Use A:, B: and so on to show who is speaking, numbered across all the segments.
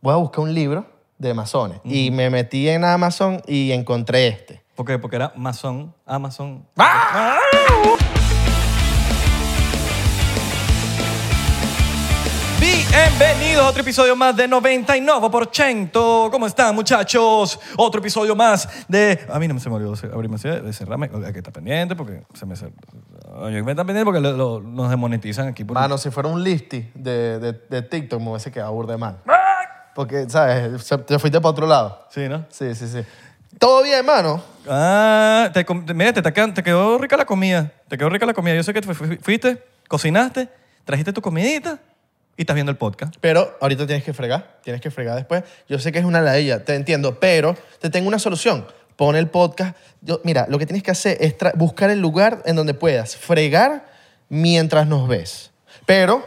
A: voy a buscar un libro de masones. Y me metí en Amazon y encontré este.
B: ¿Por qué? Porque era masón, Amazon. Bienvenidos a otro episodio más de 99%. ¿Cómo están, muchachos? Otro episodio más de. A mí no se me olvidó cer- abrirme así, de cerrarme. Hay que estar pendiente porque se me cerró. Hay que estar pendiente porque lo- lo- nos demonetizan aquí. Por...
A: Mano, si fuera un lifty de, de, de TikTok, me hubiese quedado burda de mal. Porque, ¿sabes? Se- Te fuiste para otro lado.
B: Sí, ¿no?
A: Sí, sí, sí. ¿Todo bien, mano?
B: Ah, te, com- mira, te, está quedan- te quedó rica la comida. Te quedó rica la comida. Yo sé que fu- fu- fuiste, cocinaste, trajiste tu comidita y estás viendo el podcast.
A: Pero ahorita tienes que fregar, tienes que fregar después. Yo sé que es una ladilla, te entiendo, pero te tengo una solución. Pon el podcast. Yo, mira, lo que tienes que hacer es tra- buscar el lugar en donde puedas fregar mientras nos ves. Pero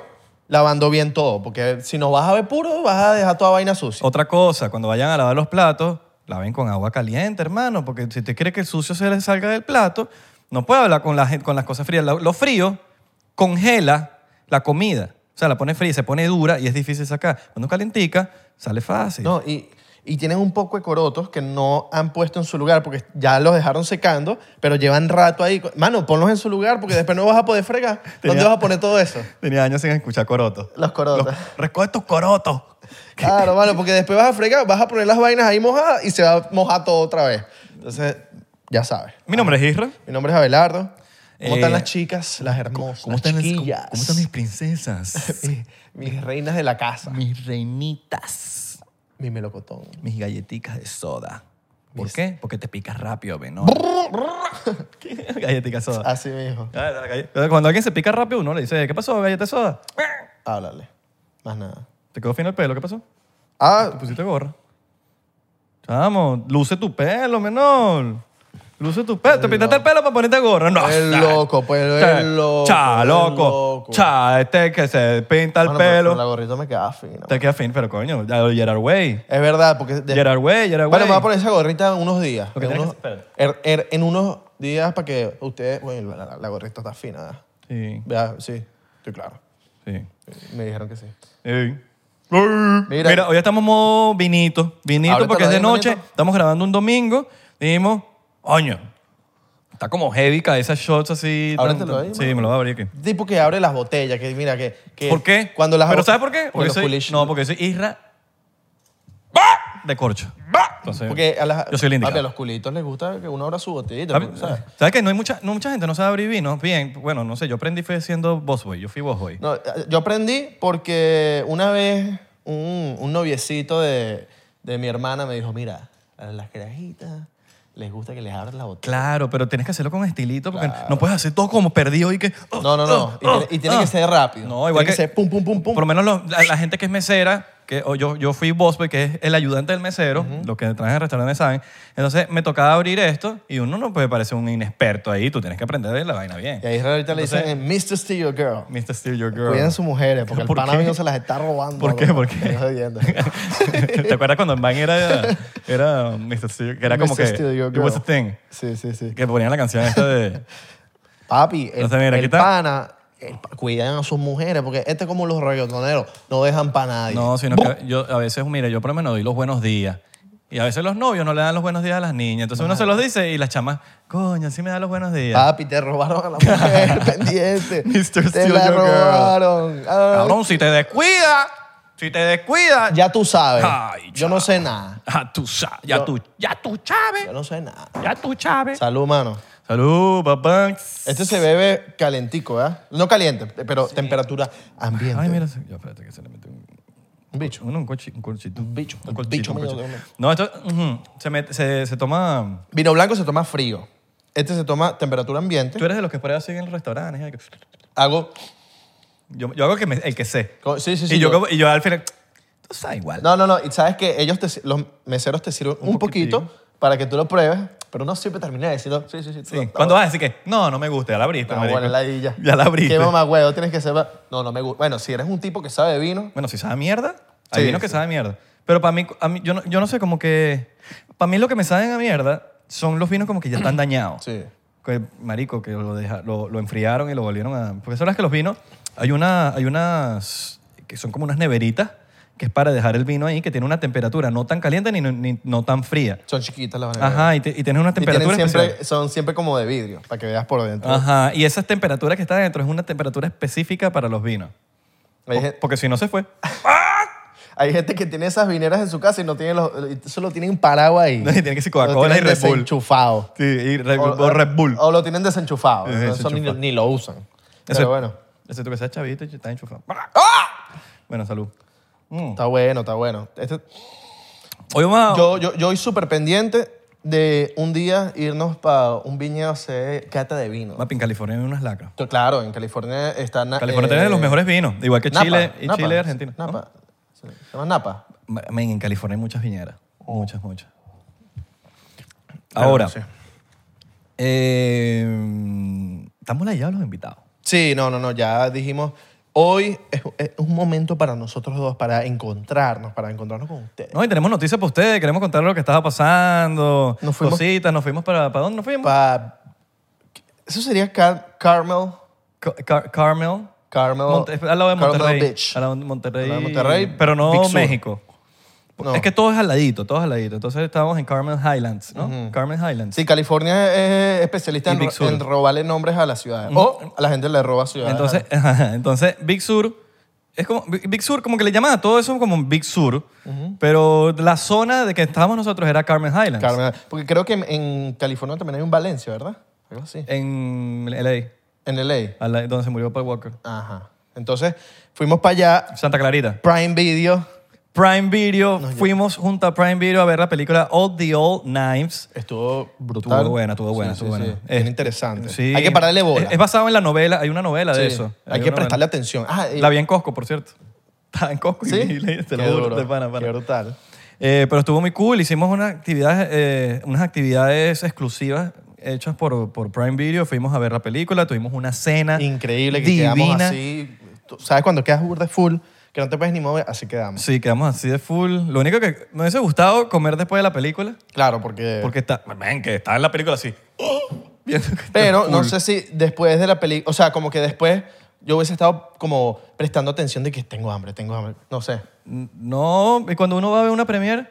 A: lavando bien todo, porque si nos vas a ver puro, vas a dejar toda vaina sucia.
B: Otra cosa, cuando vayan a lavar los platos, laven con agua caliente, hermano, porque si usted quiere que el sucio se le salga del plato, no puede hablar con, la, gen- con las cosas frías. Lo, lo frío congela la comida. O sea, la pone fría, y se pone dura y es difícil sacar. Cuando calentica, sale fácil.
A: No, y, y tienen un poco de corotos que no han puesto en su lugar porque ya los dejaron secando, pero llevan rato ahí. Mano, ponlos en su lugar porque después no vas a poder fregar. ¿Dónde
B: Tenía-
A: vas a poner todo eso?
B: Tenía años sin escuchar corotos.
A: Los corotos.
B: Los- recoge tus corotos.
A: Claro, mano, porque después vas a fregar, vas a poner las vainas ahí mojadas y se va a mojar todo otra vez. Entonces, ya sabes.
B: Mi nombre es Isra.
A: Mi nombre es Abelardo. ¿Cómo
B: Eh,
A: están las chicas, las hermosas,
B: ¿Cómo están,
A: las
B: las- cómo-
A: chiquillas?
B: cómo están mis eh, princesas?
A: mis, mis reinas de la casa?
B: mis reinitas.
A: Mi melocotón.
B: Mis galletitas de soda. ¿Por
A: Mis-
B: qué? Porque te picas rápido, Benón. Galletica soda.
A: Así mismo.
B: Ah, la galle- Cuando alguien se pica rápido, uno le dice, ¿qué pasó, galleta de soda?
A: Háblale. Más nada.
B: ¿Te quedó fino el pelo? ¿Qué pasó? Te
A: Ah,
B: pusiste gorra. Chamo, luce tu pelo, menor. Luce tu pelo. Te pintaste el pelo para ponerte gorra. No.
A: El
B: está-
A: loco, pues, el
B: está-
A: loco, pues
B: Cha,
A: el
B: loco.
A: loco.
B: Cha, este que se pinta el
A: mano, pero-
B: pelo.
A: pero la gorrita me queda fina.
B: Te queda fin, pero coño, ya lo Gerard Way.
A: Es verdad, porque... de-
B: Gerard Way,
A: Este,
B: Gerard
A: Bueno, me voy a
B: Way.
A: poner esa gorrita en unos días.
B: Lo que
A: En
B: tienes
A: unos,
B: que hacer-
A: er- er- en unos días para que ustedes... Bueno, la, la gorrita está fina. ¿verdad?
B: Sí,
A: Vea, sí, estoy claro.
B: sí.
A: Me dijeron que sí.
B: Ey. Mira, hoy estamos modo vinito. Vinito
A: Ábrete
B: porque
A: la
B: es de
A: vaina,
B: noche.
A: manito.
B: Estamos grabando un domingo. Dijimos, coño, está como heavy cabeza shots así. tan-
A: Ábretelo
B: tan-
A: ahí,
B: Sí,
A: mano.
B: me lo voy a abrir aquí.
A: Tipo que abre las botellas, que mira que... que
B: ¿Por qué?
A: Cuando las
B: ¿Pero sabes por qué?
A: Porque,
B: Porque
A: los
B: soy,
A: coolish-
B: No, porque soy Isra de corcho. Entonces,
A: porque a las,
B: yo soy el indicado. eh.
A: papi, a los culitos les gusta que uno abra su botellita,
B: ¿Sabes?
A: pues, ¿sabes?
B: ¿Sabes que no hay mucha, no mucha gente no sabe abrir vino? Bien, bueno, no sé, yo aprendí fue siendo boss boy, yo fui boss boy.
A: No, yo aprendí porque una vez un, un noviecito de, de mi hermana me dijo, mira, a las carajitas les gusta que les abran la botella.
B: Claro, pero tienes que hacerlo con estilito porque no puedes hacer todo como perdido y que... oh,
A: No, no, no. Y
B: oh,
A: tiene, y tiene
B: oh.
A: que ser rápido.
B: No, igual
A: tiene
B: que-
A: ser pum, pum, pum, pum.
B: Por lo menos los- la, la gente que es mesera, que o yo, yo fui boss boy, que es el ayudante del mesero, los que trabajan en restaurantes saben. Entonces me tocaba abrir esto y uno no puede parecer un inexperto ahí, tú tienes que aprender de la vaina bien.
A: Y ahí ahorita le dicen, Mr. Steal Your Girl.
B: Mr. Steal Your Girl.
A: Cuiden a sus mujeres, porque el
B: ¿Por
A: pana
B: qué?
A: mío se las está robando.
B: ¿Por qué?
A: bro.
B: ¿Por qué?
A: Estoy jodiendo.
B: ¿Te acuerdas cuando en Bang era, era Mr. Steal Your- Que era como
A: Mr.
B: que...
A: Steal Your
B: It was a
A: Girl.
B: thing.
A: Sí, sí, sí.
B: Que ponían la canción esta de...
A: Papi, el,
B: Entonces, mira,
A: el
B: aquí está.
A: pana, el pa- cuiden a sus mujeres, porque este es como los reggaetoneros, no dejan para nadie.
B: No, sino que yo a veces, mira, yo por lo menos doy los buenos días. Y a veces los novios no le dan los buenos días a las niñas. Entonces uno se los dice y las chamas, coño, sí me dan los buenos días.
A: Papi, te robaron a la mujer, pendiente.
B: Mr.
A: Te
B: Steal
A: la
B: Your Girl.
A: robaron. Ay,
B: Cabrón, si te descuida, si te descuida, ya,
A: ya tú sabes.
B: Ay,
A: yo no sé nada.
B: tú sa- ya,
A: Yo-
B: tú, ya tú chaves,
A: Yo no sé nada.
B: ya tú chaves.
A: Salud, mano.
B: Salud, papá.
A: Este se bebe calentico, ¿verdad? No caliente, pero temperatura ambiente.
B: Ay, mira, se- ya, espérate que se le metió un...
A: Un bicho.
B: Uno, un cochi- un corchito.
A: Un bicho,
B: Un
A: un
B: corchito,
A: bicho
B: un
A: mío,
B: corchito.
A: Dios mío.
B: No, esto ujú, se, mete- se, se toma...
A: Vino blanco se toma frío. Este se toma temperatura ambiente.
B: Tú eres de los que pruebas así en los restaurantes. ¿eh? Que-
A: Hago.
B: Yo, yo hago que me- el que sé.
A: co- Sí, sí, sí.
B: y, yo,
A: yo-
B: como- y yo al final, tú sabes igual.
A: No, no, no. Y sabes que ellos, te si- los meseros te sirven un,
B: poquitico.
A: poquito para que tú lo pruebes, pero no siempre termina diciendo, sí, sí, sí.
B: Sí. Cuando vas a decir que, no, no me gusta, ya la abriste.
A: No,
B: marico.
A: bueno, ladilla.
B: Ya la abriste.
A: Qué mamá, huevo, tienes que ser... No, no me gusta. Bueno, si eres un tipo que sabe de vino,
B: Bueno, si sabe mierda, hay
A: Sí,
B: vino que
A: sí.
B: sabe mierda. Pero para mí, a mí- yo, no, yo no sé, como que. Para mí lo que me saben a mierda son los vinos como que ya están dañados.
A: sí.
B: Que, marico, que lo, deja- lo, lo enfriaron y lo volvieron a. Porque son las que los vinos. Hay, una, hay unas. que son como unas neveritas que es para dejar el vino ahí, que tiene una temperatura no tan caliente ni, ni no tan fría.
A: Son chiquitas las vanaderas.
B: Ajá, y, te- y tienes una
A: Y tienen
B: temperatura especial.
A: siempre, son siempre como de vidrio, para que veas por dentro.
B: Ajá, y esa temperatura que está dentro es una temperatura específica para los vinos.
A: Hay,
B: Po-
A: gen- Ah,
B: Porque si no se fue.
A: hay gente que tiene esas vineras en su casa y no tienen los, y solo tienen paraguas ahí.
B: No, y tienen que ser Coca-Cola
A: Lo tienen
B: y Red Bull.
A: Desenchufado.
B: Sí, y Red Bull- o, Red Bull.
A: O lo tienen desenchufado.
B: Sí,
A: ¿no? Eso ni,
B: desenchufado.
A: ni lo usan.
B: Eso-
A: Pero bueno,
B: Excepto que sea chavito y está enchufado.
A: ¡Ah!
B: Bueno, salud. Mm.
A: está bueno, está bueno. Este-
B: Hoy vamos a-
A: yo, yo, yo hoy súper pendiente de un día irnos para un viñedo a hacer cata de vino.
B: Papi, en California hay unas lacras.
A: Yo, Claro, en California está... na-
B: California
A: eh,
B: tiene los mejores vinos, igual que
A: Napa,
B: Chile y
A: Napa,
B: Chile y Argentina. ¿no?
A: Napa. Sí, ¿Se llama Napa?
B: Ma- men, en California hay muchas viñeras. Muchas, muchas. Ahora,
A: Sí.
B: eh, estamos layados los invitados.
A: Sí, no, no, no, ya dijimos, hoy es, es un momento para nosotros dos, para encontrarnos, para encontrarnos con ustedes.
B: No, y tenemos noticias para ustedes, queremos contarles lo que estaba pasando,
A: Nos fuimos-
B: cositas, nos fuimos para... ¿Para dónde nos fuimos?
A: Pa- Eso sería Car- Carmel,
B: Ca- Car- Carmel.
A: Carmel,
B: Monte- al lado de
A: Carmel
B: Monterrey.
A: Beach.
B: Al lado de Monterrey.
A: Al lado de Monterrey,
B: Pero
A: Big
B: no
A: Sur.
B: México.
A: No.
B: Es que todo es al ladito, todo es al ladito. Entonces estábamos en Carmel Highlands, ¿no? Carmel Highlands.
A: Sí, California es especialista
B: Y
A: en,
B: Big Sur.
A: en robarle nombres a las ciudades. O a la gente le roba ciudades.
B: Entonces, ajá, entonces Big Sur es como Big Big Sur, como que le llaman a todo eso como Big Sur, pero la zona de que estábamos nosotros era Carmen Highlands.
A: Carmel. Porque creo que en, en California también hay un Valencia, ¿verdad? Algo así.
B: En LA,
A: En LA.
B: al la- donde se murió Paul Walker.
A: Ajá. Entonces, fuimos para allá,
B: Santa Clarita.
A: Prime Video.
B: Prime Video, fuimos junto a Prime Video a ver la película All the Old Knives.
A: Estuvo brutal.
B: Estuvo buena, estuvo buena,
A: Sí,
B: estuvo
A: sí,
B: buena.
A: sí. Bien
B: Es-
A: interesante.
B: sí.
A: Hay que pararle bola.
B: Es, es basado en la novela, hay una novela de
A: Sí.
B: eso.
A: Hay que prestarle atención. Ah, y-
B: atención. La vi en Cosco, por cierto. Estaba en Cosco y
A: ¿Sí?
B: vi- te lo
A: Qué
B: juro,
A: duro,
B: de pana, pana.
A: Qué brutal.
B: Eh, pero estuvo muy cool. Hicimos unas actividades, eh, unas actividades exclusivas hechas por, por Prime Video. Fuimos a ver la película, tuvimos una
A: Ah,
B: cena
A: Increíble que
B: divina.
A: quedamos así. Tú ¿Sabes cuando quedas burda full? Que no te puedes ni mover, así quedamos.
B: Sí, quedamos así de full. Lo único que me hubiese gustado comer después de la película,
A: Claro, porque...
B: porque está, ven, que estaba en la película así. viendo que está
A: Pero no
B: full.
A: sé si después de la película... O sea, como que después yo hubiese estado como prestando atención de que tengo hambre, tengo hambre. No sé.
B: No, y cuando uno va a ver una premiere,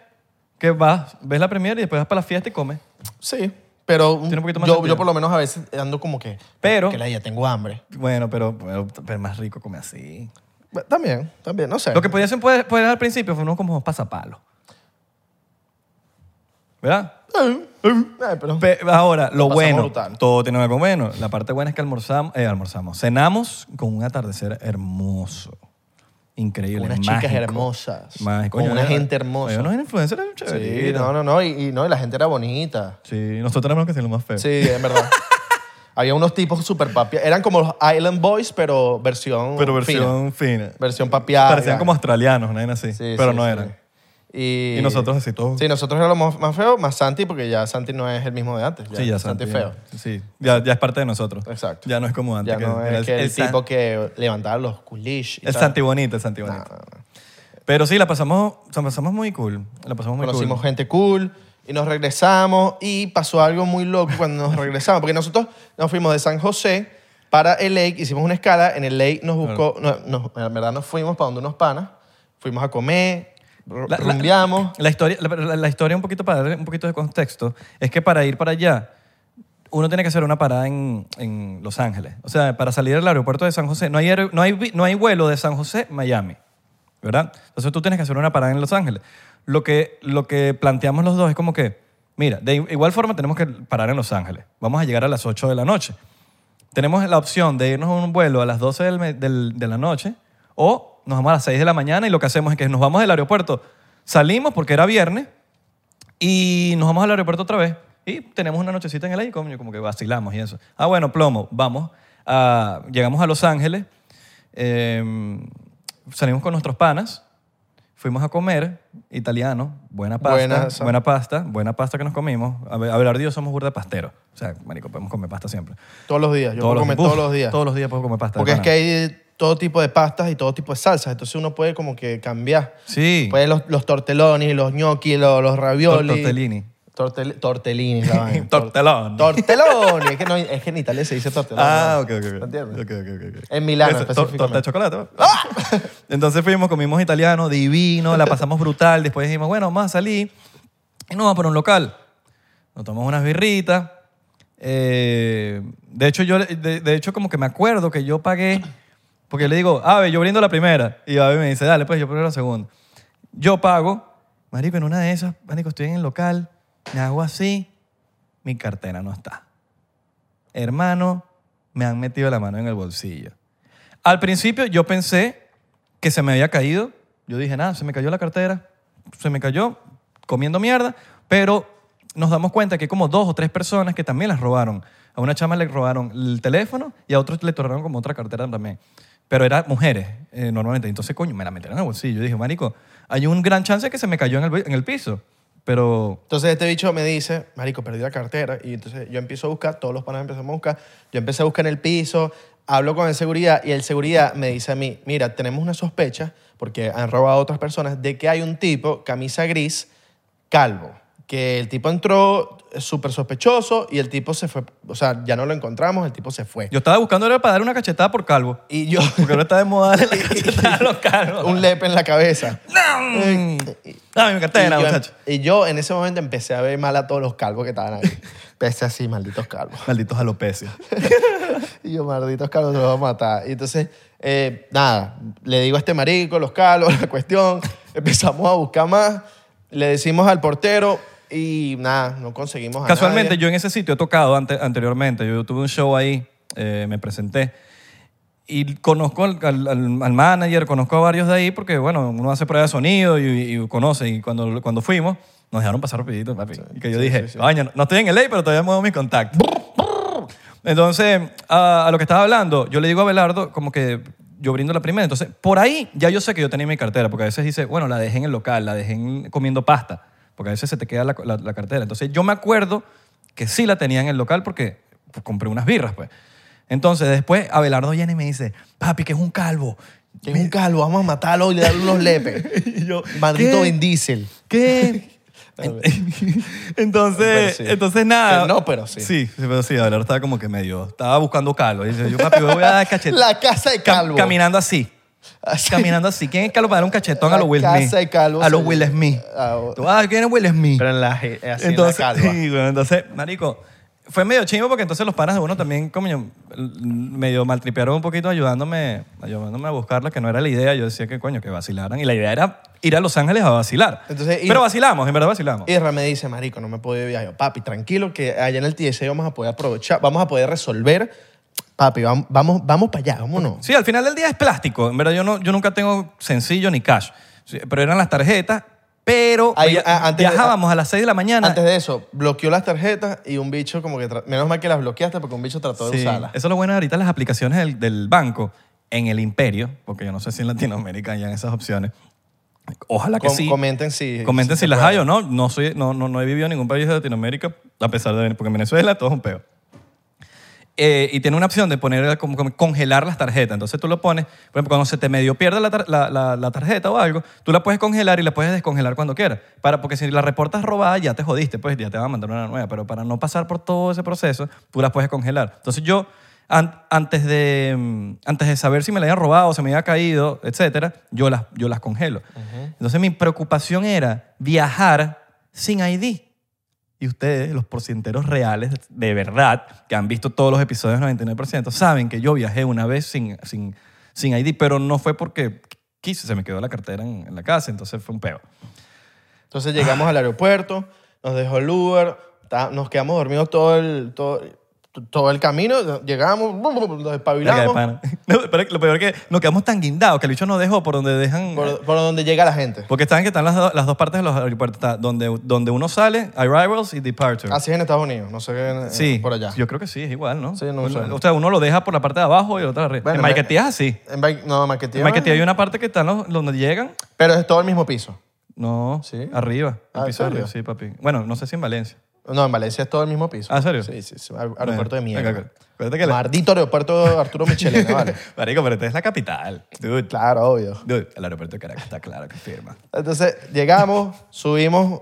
B: que vas, ves la premiere y después vas para la fiesta y comes.
A: Sí, pero un-
B: Tiene un poquito más
A: yo,
B: sentido.
A: yo por lo menos a veces ando como que...
B: Pero-
A: Que la ya tengo hambre.
B: Bueno, pero, pero, pero es más rico comer así.
A: Bueno, También, también, no sé.
B: Lo que podía hacer puede- puede al principio fue uno como pasapalos. ¿Verdad?
A: Ay, pero...
B: Pe- ahora, lo
A: pasamos
B: bueno,
A: brutal.
B: todo tiene algo bueno. La parte buena es que almorzamos, eh, almorzamos, cenamos con un atardecer hermoso. Increíble.
A: Unas
B: mágico.
A: chicas hermosas.
B: Mágico.
A: Con
B: Oye,
A: una
B: oye,
A: gente
B: oye,
A: hermosa.
B: unos influencers
A: Sí,
B: chéveritos.
A: no, no, no. Y, y no, y la gente era bonita.
B: Sí, nosotros tenemos que ser lo más feo.
A: Sí, en verdad. Había unos tipos super papi. Eran como los Island Boys, pero versión.
B: pero
A: fina.
B: versión fina.
A: Versión papiada.
B: Parecían como australianos, una vaina así.
A: Sí,
B: pero
A: sí,
B: no
A: sí.
B: eran.
A: Y,
B: Y nosotros así todos.
A: Sí, nosotros éramos más, más feos, más Santi, porque ya Santi no es el mismo de antes. Ya,
B: Sí, ya
A: Santi
B: Santi.
A: es feo.
B: Sí, ya, ya es parte de nosotros.
A: Exacto.
B: Ya no es como antes.
A: Ya no
B: era
A: es que el,
B: San-
A: tipo que levantaba los culish. y
B: El
A: tal.
B: Santi bonito, el Santi bonito. Pero sí, la pasamos, la pasamos muy cool. La pasamos muy
A: Conocimos
B: cool.
A: gente cool y nos regresamos y pasó algo muy loco cuando nos regresamos, porque nosotros nos fuimos de San José para el Lake, hicimos una escala, en el Lake nos buscó, no, no, en verdad nos fuimos para donde unos panas, fuimos a comer, ru-
B: La- la-
A: rumbeamos.
B: La historia, la, la- la historia un poquito para darle un poquito de contexto es que para ir para allá uno tiene que hacer una parada en, en Los Ángeles. O sea, para salir del aeropuerto de San José no hay, aer- no hay, vi- no hay vuelo de San José Miami, ¿verdad? Entonces tú tienes que hacer una parada en Los Ángeles. Lo que, lo que planteamos los dos es como que, mira, de i- igual forma tenemos que parar en Los Ángeles. Vamos a llegar a las 8 de la noche. Tenemos la opción de irnos a un vuelo a las 12 del me- del- de la noche o nos vamos a las 6 de la mañana y lo que hacemos es que nos vamos del aeropuerto, salimos porque era viernes y nos vamos al aeropuerto otra vez y tenemos una nochecita en el aire, coño, como que vacilamos y eso. Ah, bueno, plomo, vamos. a- llegamos a Los Ángeles, eh, salimos con nuestros panas, fuimos a comer italiano, buena pasta,
A: Buena
B: buena,
A: esa.
B: pasta, buena pasta que nos comimos. A ver, Abelardo y yo somos burda pasteros. O sea, marico, podemos comer pasta siempre.
A: Todos los días, yo puedo comer
B: uf,
A: todos los días.
B: Todos los días puedo comer pasta. de
A: porque es
B: pana.
A: que hay todo tipo de pastas y todo tipo de salsas, entonces uno puede como que Pues, cambiar.
B: Sí.
A: Puede los, los tortelones, los gnocchi, los, los
B: tor-
A: raviolis.
B: tortellini.
A: Tortel, tortellini es la vaina.
B: Tortelón.
A: Torteloni. Es que, no, es que en Italia se dice torteloni.
B: Ah, ok, ok. ok.
A: ¿Me entiendes?
B: Ok, ok, ok, ok.
A: En Milano,
B: Eso, tor- Torta
A: específicamente.
B: de
A: ¡Ah!
B: chocolate. pues. Entonces fuimos, comimos italiano, divino, la pasamos brutal. Después dijimos, bueno, vamos a salir y nos vamos por un local. Nos tomamos unas birritas. Eh, de hecho, yo, le- de, de hecho, como que me acuerdo que yo pagué, porque le digo, Ave, yo brindo la primera. Y Ave me dice, dale, pues yo primero la segunda. Yo pago, marico, en una de esas, marico, estoy en el local, me hago así, mi cartera no está. Hermano, me han metido la mano en el bolsillo. Al principio yo pensé que se me había caído. Yo dije, nada, se me cayó la cartera, se me cayó comiendo mierda, pero nos damos cuenta que hay como dos o tres personas que también las robaron. A una chama le robaron el teléfono y a otros le tornaron como otra cartera también. Pero eran mujeres, eh, normalmente. Entonces, coño, me la metieron en el bolsillo. Yo dije, marico, hay un gran chance que se me cayó en el, bi- en el piso. Pero
A: Entonces este bicho me dice, marico, perdí la cartera. Y entonces yo empiezo a buscar, todos los panas empezamos a buscar. Yo empecé a buscar en el piso, hablo con el seguridad y el seguridad me dice a mí, mira, tenemos una sospecha, porque han robado a otras personas, de que hay un tipo, camisa gris, calvo. Que el tipo entró eh, súper sospechoso y el tipo se fue. O sea, ya no lo encontramos, el tipo se fue.
B: yo estaba buscando era para dar una cachetada por calvo.
A: y yo,
B: Porque ahora está de moda darle la cachetada a los calvos.
A: un lepe en la cabeza.
B: ¡Nam! Dame mi
A: Y
B: cartera,
A: yo, em-
B: muchacho.
A: y yo en ese momento empecé a ver mal a todos los calvos que estaban ahí. Empecé así, malditos calvos.
B: Malditos alopecias.
A: Y yo, malditos calvos, te los voy a matar. Y entonces, eh, nada, le digo a este marico, los calvos, la cuestión. Empezamos a buscar más. Le decimos al portero y nada, no conseguimos a
B: Casualmente,
A: nadie.
B: yo en ese sitio he tocado ante- anteriormente. Yo tuve un show ahí, eh, me presenté. Y conozco al, al- al- al manager, conozco a varios de ahí, porque, bueno, uno hace prueba de sonido y, y conoce. Y cuando, cuando fuimos, nos dejaron pasar rapidito, papi. y que yo
A: sí,
B: dije,
A: sí, sí.
B: "Coño, no, no estoy en LA, pero todavía muevo mis contactos. Entonces, a, a lo que estaba hablando, yo le digo a Belardo como que yo brindo la primera. Entonces, por ahí ya yo sé que yo tenía mi cartera, porque a veces dice, bueno, la dejé en el local, la dejé en- comiendo pasta, porque a veces se te queda la, la- la cartera. Entonces, yo me acuerdo que sí la tenía en el local porque pues, compré unas birras, pues. Entonces, después Abelardo viene y me dice, papi, que es un calvo.
A: Que es un calvo, vamos a matarlo y le darle unos lepes.
B: Y yo,
A: Maldito
B: ¿qué?
A: Vin Diesel.
B: ¿Qué? En- entonces,
A: Pero sí.
B: entonces nada.
A: Que no, pero sí.
B: Sí, sí, pero sí, Abelardo estaba como que medio. Estaba buscando calvo. Y dice, yo, papi, voy a dar cachetón.
A: La casa de calvo.
B: Caminando así.
A: Así.
B: Caminando así. ¿Quién es calvo para dar un cachetón a
A: La
B: los Will
A: casa
B: Smith?
A: de calvo
B: a los
A: soy
B: Will
A: yo.
B: Smith.
A: Ah, bueno.
B: Tú, ah, ¿quién es Will Smith?
A: Pero en la, así
B: entonces,
A: en la calva.
B: sí, bueno, entonces, marico, fue medio chingo porque entonces los panas de uno también como medio maltripearon un poquito ayudándome, ayudándome a buscarla, que no era la idea. Yo decía que coño, que vacilaran. Y la idea era ir a Los Ángeles a vacilar.
A: Entonces, y-
B: Pero vacilamos, en verdad vacilamos.
A: Irra me dice, marico, no me puedo ir de viaje. Yo, Papi, tranquilo que allá en el TSA vamos a poder aprovechar, vamos a poder resolver. Papi, vam- vamos, vamos para allá, vámonos.
B: Sí, al final del día es plástico. En verdad yo, no, yo nunca tengo sencillo ni cash. Sí, Pero eran las tarjetas, pero
A: Ahí,
B: via-
A: a- antes de-
B: viajábamos a, las 6 de la mañana.
A: Antes de eso, bloqueó las tarjetas y un bicho como que... tra- Menos mal que las bloqueaste porque un bicho trató de
B: Sí,
A: usarlas.
B: Eso es lo bueno de ahorita las aplicaciones del, del banco en el imperio, porque yo no sé si en Latinoamérica hayan esas opciones. Ojalá que
A: Com-
B: sí.
A: Comenten si...
B: Comenten si,
A: se
B: las
A: puede.
B: hay o no. No, soy, no, no, no he vivido en ningún país de Latinoamérica, a pesar de porque en Venezuela todo es un peo. Eh, y tiene una opción de poner como- como congelar las tarjetas. Entonces tú lo pones, por ejemplo, cuando se te medio pierda la, tar- la- la- la tarjeta o algo, tú la puedes congelar y la puedes descongelar cuando quieras. Para, porque si la reportas robada ya te jodiste, pues ya te van a mandar una nueva. Pero para no pasar por todo ese proceso, tú las puedes congelar. Entonces yo, an- antes, de, mm, antes de saber si me la habían robado, se me había caído, etcétera, yo las, yo las congelo. Entonces mi preocupación era viajar sin ID. Y ustedes, los porcienteros reales de verdad, que han visto todos los episodios 99%, saben que yo viajé una vez sin, sin, sin ID, pero no fue porque quise, se me quedó la cartera en, en la casa, entonces fue un peo.
A: Entonces llegamos al aeropuerto, nos dejó el Uber, ta- nos quedamos dormidos todo el, todo, todo el camino, llegamos, nos
B: Verga de
A: despabilamos
B: pana. No, pero lo peor es que nos quedamos tan guindados que el bicho nos dejó por donde dejan...
A: por, por donde llega la gente.
B: Porque saben que están las, do- las dos partes de los aeropuertos, está donde, donde uno sale, arrivals y departure.
A: Así es en Estados Unidos, no sé qué en-
B: sí,
A: Ah, eh, por allá.
B: yo creo que sí, es igual, ¿no?
A: Sí, no
B: Uno-
A: sé.
B: o sea, uno lo deja por la parte de abajo y el otro arriba.
A: Bueno, eh,
B: en
A: me-
B: Maiquetía es así.
A: En Ba- no, Marquetía.
B: En Maiquetía hay una parte que están los, donde llegan
A: Pero es todo el mismo piso.
B: No,
A: Sí.
B: arriba.
A: Ah,
B: en
A: ¿en
B: piso
A: serio?
B: arriba, sí, papi. Bueno, no sé si en Valencia.
A: No, en Valencia es todo el mismo piso.
B: Ah, ¿en serio?
A: Sí, sí, sí. aer- Aeropuerto de mierda.
B: Venga, Acuérdate que la...
A: Maldito aeropuerto Arturo Michelena, vale.
B: Marico, pero esta es la capital. Dude,
A: Claro, obvio.
B: dude, el aeropuerto de Caracas está claro que firma.
A: Entonces, llegamos, subimos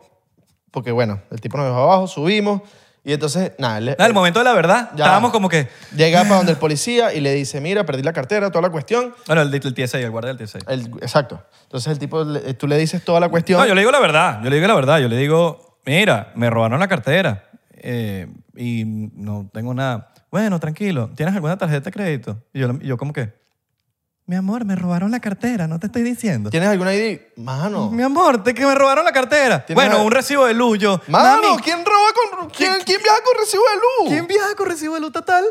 A: porque bueno, el tipo nos dejó abajo, subimos y entonces, nada, le-
B: Nada, el momento de la verdad,
A: Ya.
B: estábamos como que...
A: llega para donde el policía y le dice, mira, perdí la cartera, toda la cuestión.
B: Bueno, el, el TSA, el guardia del TSA.
A: El- exacto. Entonces el tipo, le- tú le dices toda la cuestión.
B: No, yo le digo la verdad, yo le digo la verdad, yo le digo, mira, me robaron la cartera eh, y no tengo nada. Bueno, tranquilo, ¿tienes alguna tarjeta de crédito? Y yo, y yo como que, mi amor, me robaron la cartera, no te estoy diciendo.
A: ¿Tienes alguna ID? Mano.
B: Mi amor, te que me robaron la cartera.
A: ¿Tienes
B: Bueno,
A: al-
B: un recibo de luz, yo.
A: Mano,
B: "Mami,
A: ¿quién roba con quién, quién viaja con recibo de luz?
B: ¿Quién viaja con recibo de luz total?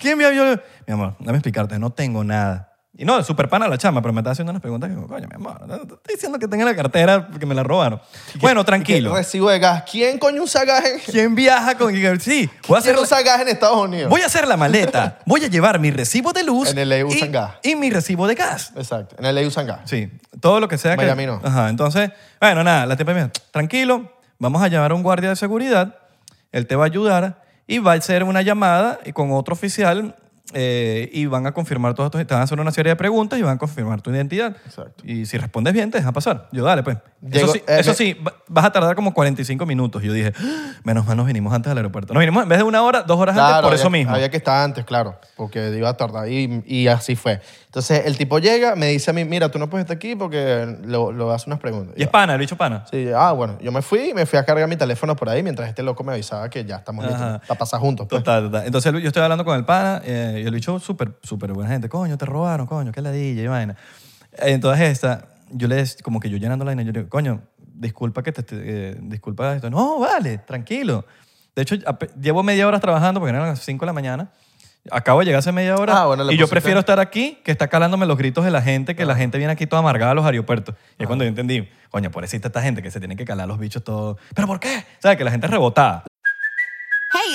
B: ¿Quién viaja? Yo, mi amor, dame explicarte, no tengo nada. Y no, súper pana la chama, pero me está haciendo unas preguntas que, coño, mi amor, no te estoy diciendo que tenga la cartera porque me la robaron. Bueno, tranquilo.
A: Recibo de gas. ¿Quién coño usa gas en,
B: ¿Quién viaja con.? Sí, voy a hacer,
A: ¿quién usa gas en Estados Unidos?
B: voy a hacer la maleta. Voy a llevar mi recibo de luz.
A: En LA usan
B: y,
A: gas.
B: y mi recibo de gas.
A: Exacto. En LA usan gas.
B: Sí, todo lo que sea que.
A: Miami no.
B: Ajá, entonces, bueno, nada, la tipa me dijo, tranquilo, vamos a llamar a un guardia de seguridad, él te va a ayudar y va a hacer una llamada y con otro oficial eh, y van a confirmar todos estos. Te van a hacer una serie de preguntas y van a confirmar tu identidad.
A: Exacto.
B: Y si respondes bien, te deja pasar. Yo, dale, pues.
A: Llegó-
B: eso sí,
A: eh,
B: eso
A: me-
B: sí, va- vas a tardar como 45 minutos. Yo dije, "Ah, menos mal nos vinimos antes al aeropuerto. Nos vinimos en vez de una hora, dos horas antes, por
A: había-
B: eso mismo.
A: Había que estar antes, claro, porque iba a tardar y, y así fue. Entonces el tipo llega, me dice a mí, mira, tú no puedes estar aquí porque lo, lo hace unas preguntas.
B: Y es pana, el bicho pana.
A: Sí, ah, bueno, yo me fui, me fui a cargar mi teléfono por ahí mientras este loco me avisaba que ya estamos
B: Ajá.
A: listos para pasar juntos. pues.
B: Total, total. Entonces yo estoy hablando con el pana eh, y el bicho súper, súper buena gente. Coño, te robaron, coño, qué ladilla y vaina. Eh, Entonces esta, yo les, como que yo llenando la vaina, yo le digo, coño, disculpa que te, esté- eh, disculpa esto. No, vale, tranquilo. De hecho, ape- llevo media hora trabajando porque eran las 5 de la mañana. Acabo de llegar hace media hora
A: Ah, bueno, le
B: y yo
A: pusiste-
B: prefiero estar aquí que está calándome los gritos de la gente, que la gente viene aquí toda amargada a los aeropuertos. Y es cuando yo entendí, coño, por eso esta gente que se tienen que calar los bichos todos. ¿Pero por qué? O sea, que la gente es rebotada.
C: Hey,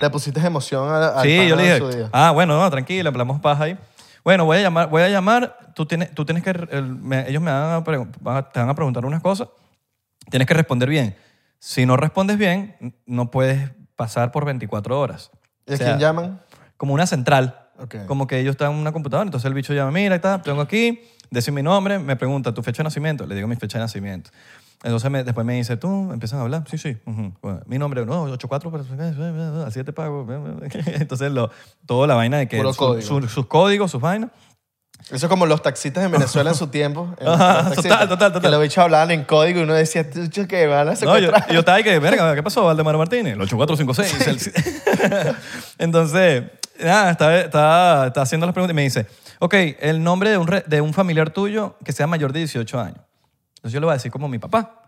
A: Le pusiste emoción a- al
B: Sí,
A: pana
B: yo le
A: en
B: dije,
A: su día.
B: ah, bueno, no, tranquila, hablamos paja ahí. Bueno, voy a llamar, voy a llamar, tú tienes, tú tienes que, el- me- ellos me van a pre- van a- te van a preguntar unas cosas, tienes que responder bien. Si no respondes bien, n- no puedes pasar por 24 horas.
A: ¿Y a
B: O sea,
A: quién llaman?
B: Como una central.
A: Ok.
B: Como que ellos están en una computadora, entonces el bicho llama, mira, está, tengo aquí, dice mi nombre, me pregunta, ¿tu fecha de nacimiento? Le digo mi fecha de nacimiento. Entonces me- después me dice, ¿tú empiezan a hablar? Sí, sí. ujú. Bueno, mi nombre, no, 84, pero- así te pago. Entonces lo, toda la vaina de que
A: Puro
B: su-
A: código.
B: su- sus códigos, sus vainas.
A: Eso es como los taxistas en Venezuela en su tiempo. en-
B: Ajá,
A: los taxistas,
B: total, total, total.
A: Que los bichos hablaban en código y uno decía, "Tú, chico, que van a
B: No, yo,
A: secuestrar.
B: yo estaba ahí que, verga, ¿qué pasó, Valdemar Martínez? El 8456. el- Entonces, nada, estaba, estaba- estaba haciendo las preguntas y me dice, ok, el nombre de un, re- de un familiar tuyo que sea mayor de 18 años. Entonces yo le voy a decir como mi papá.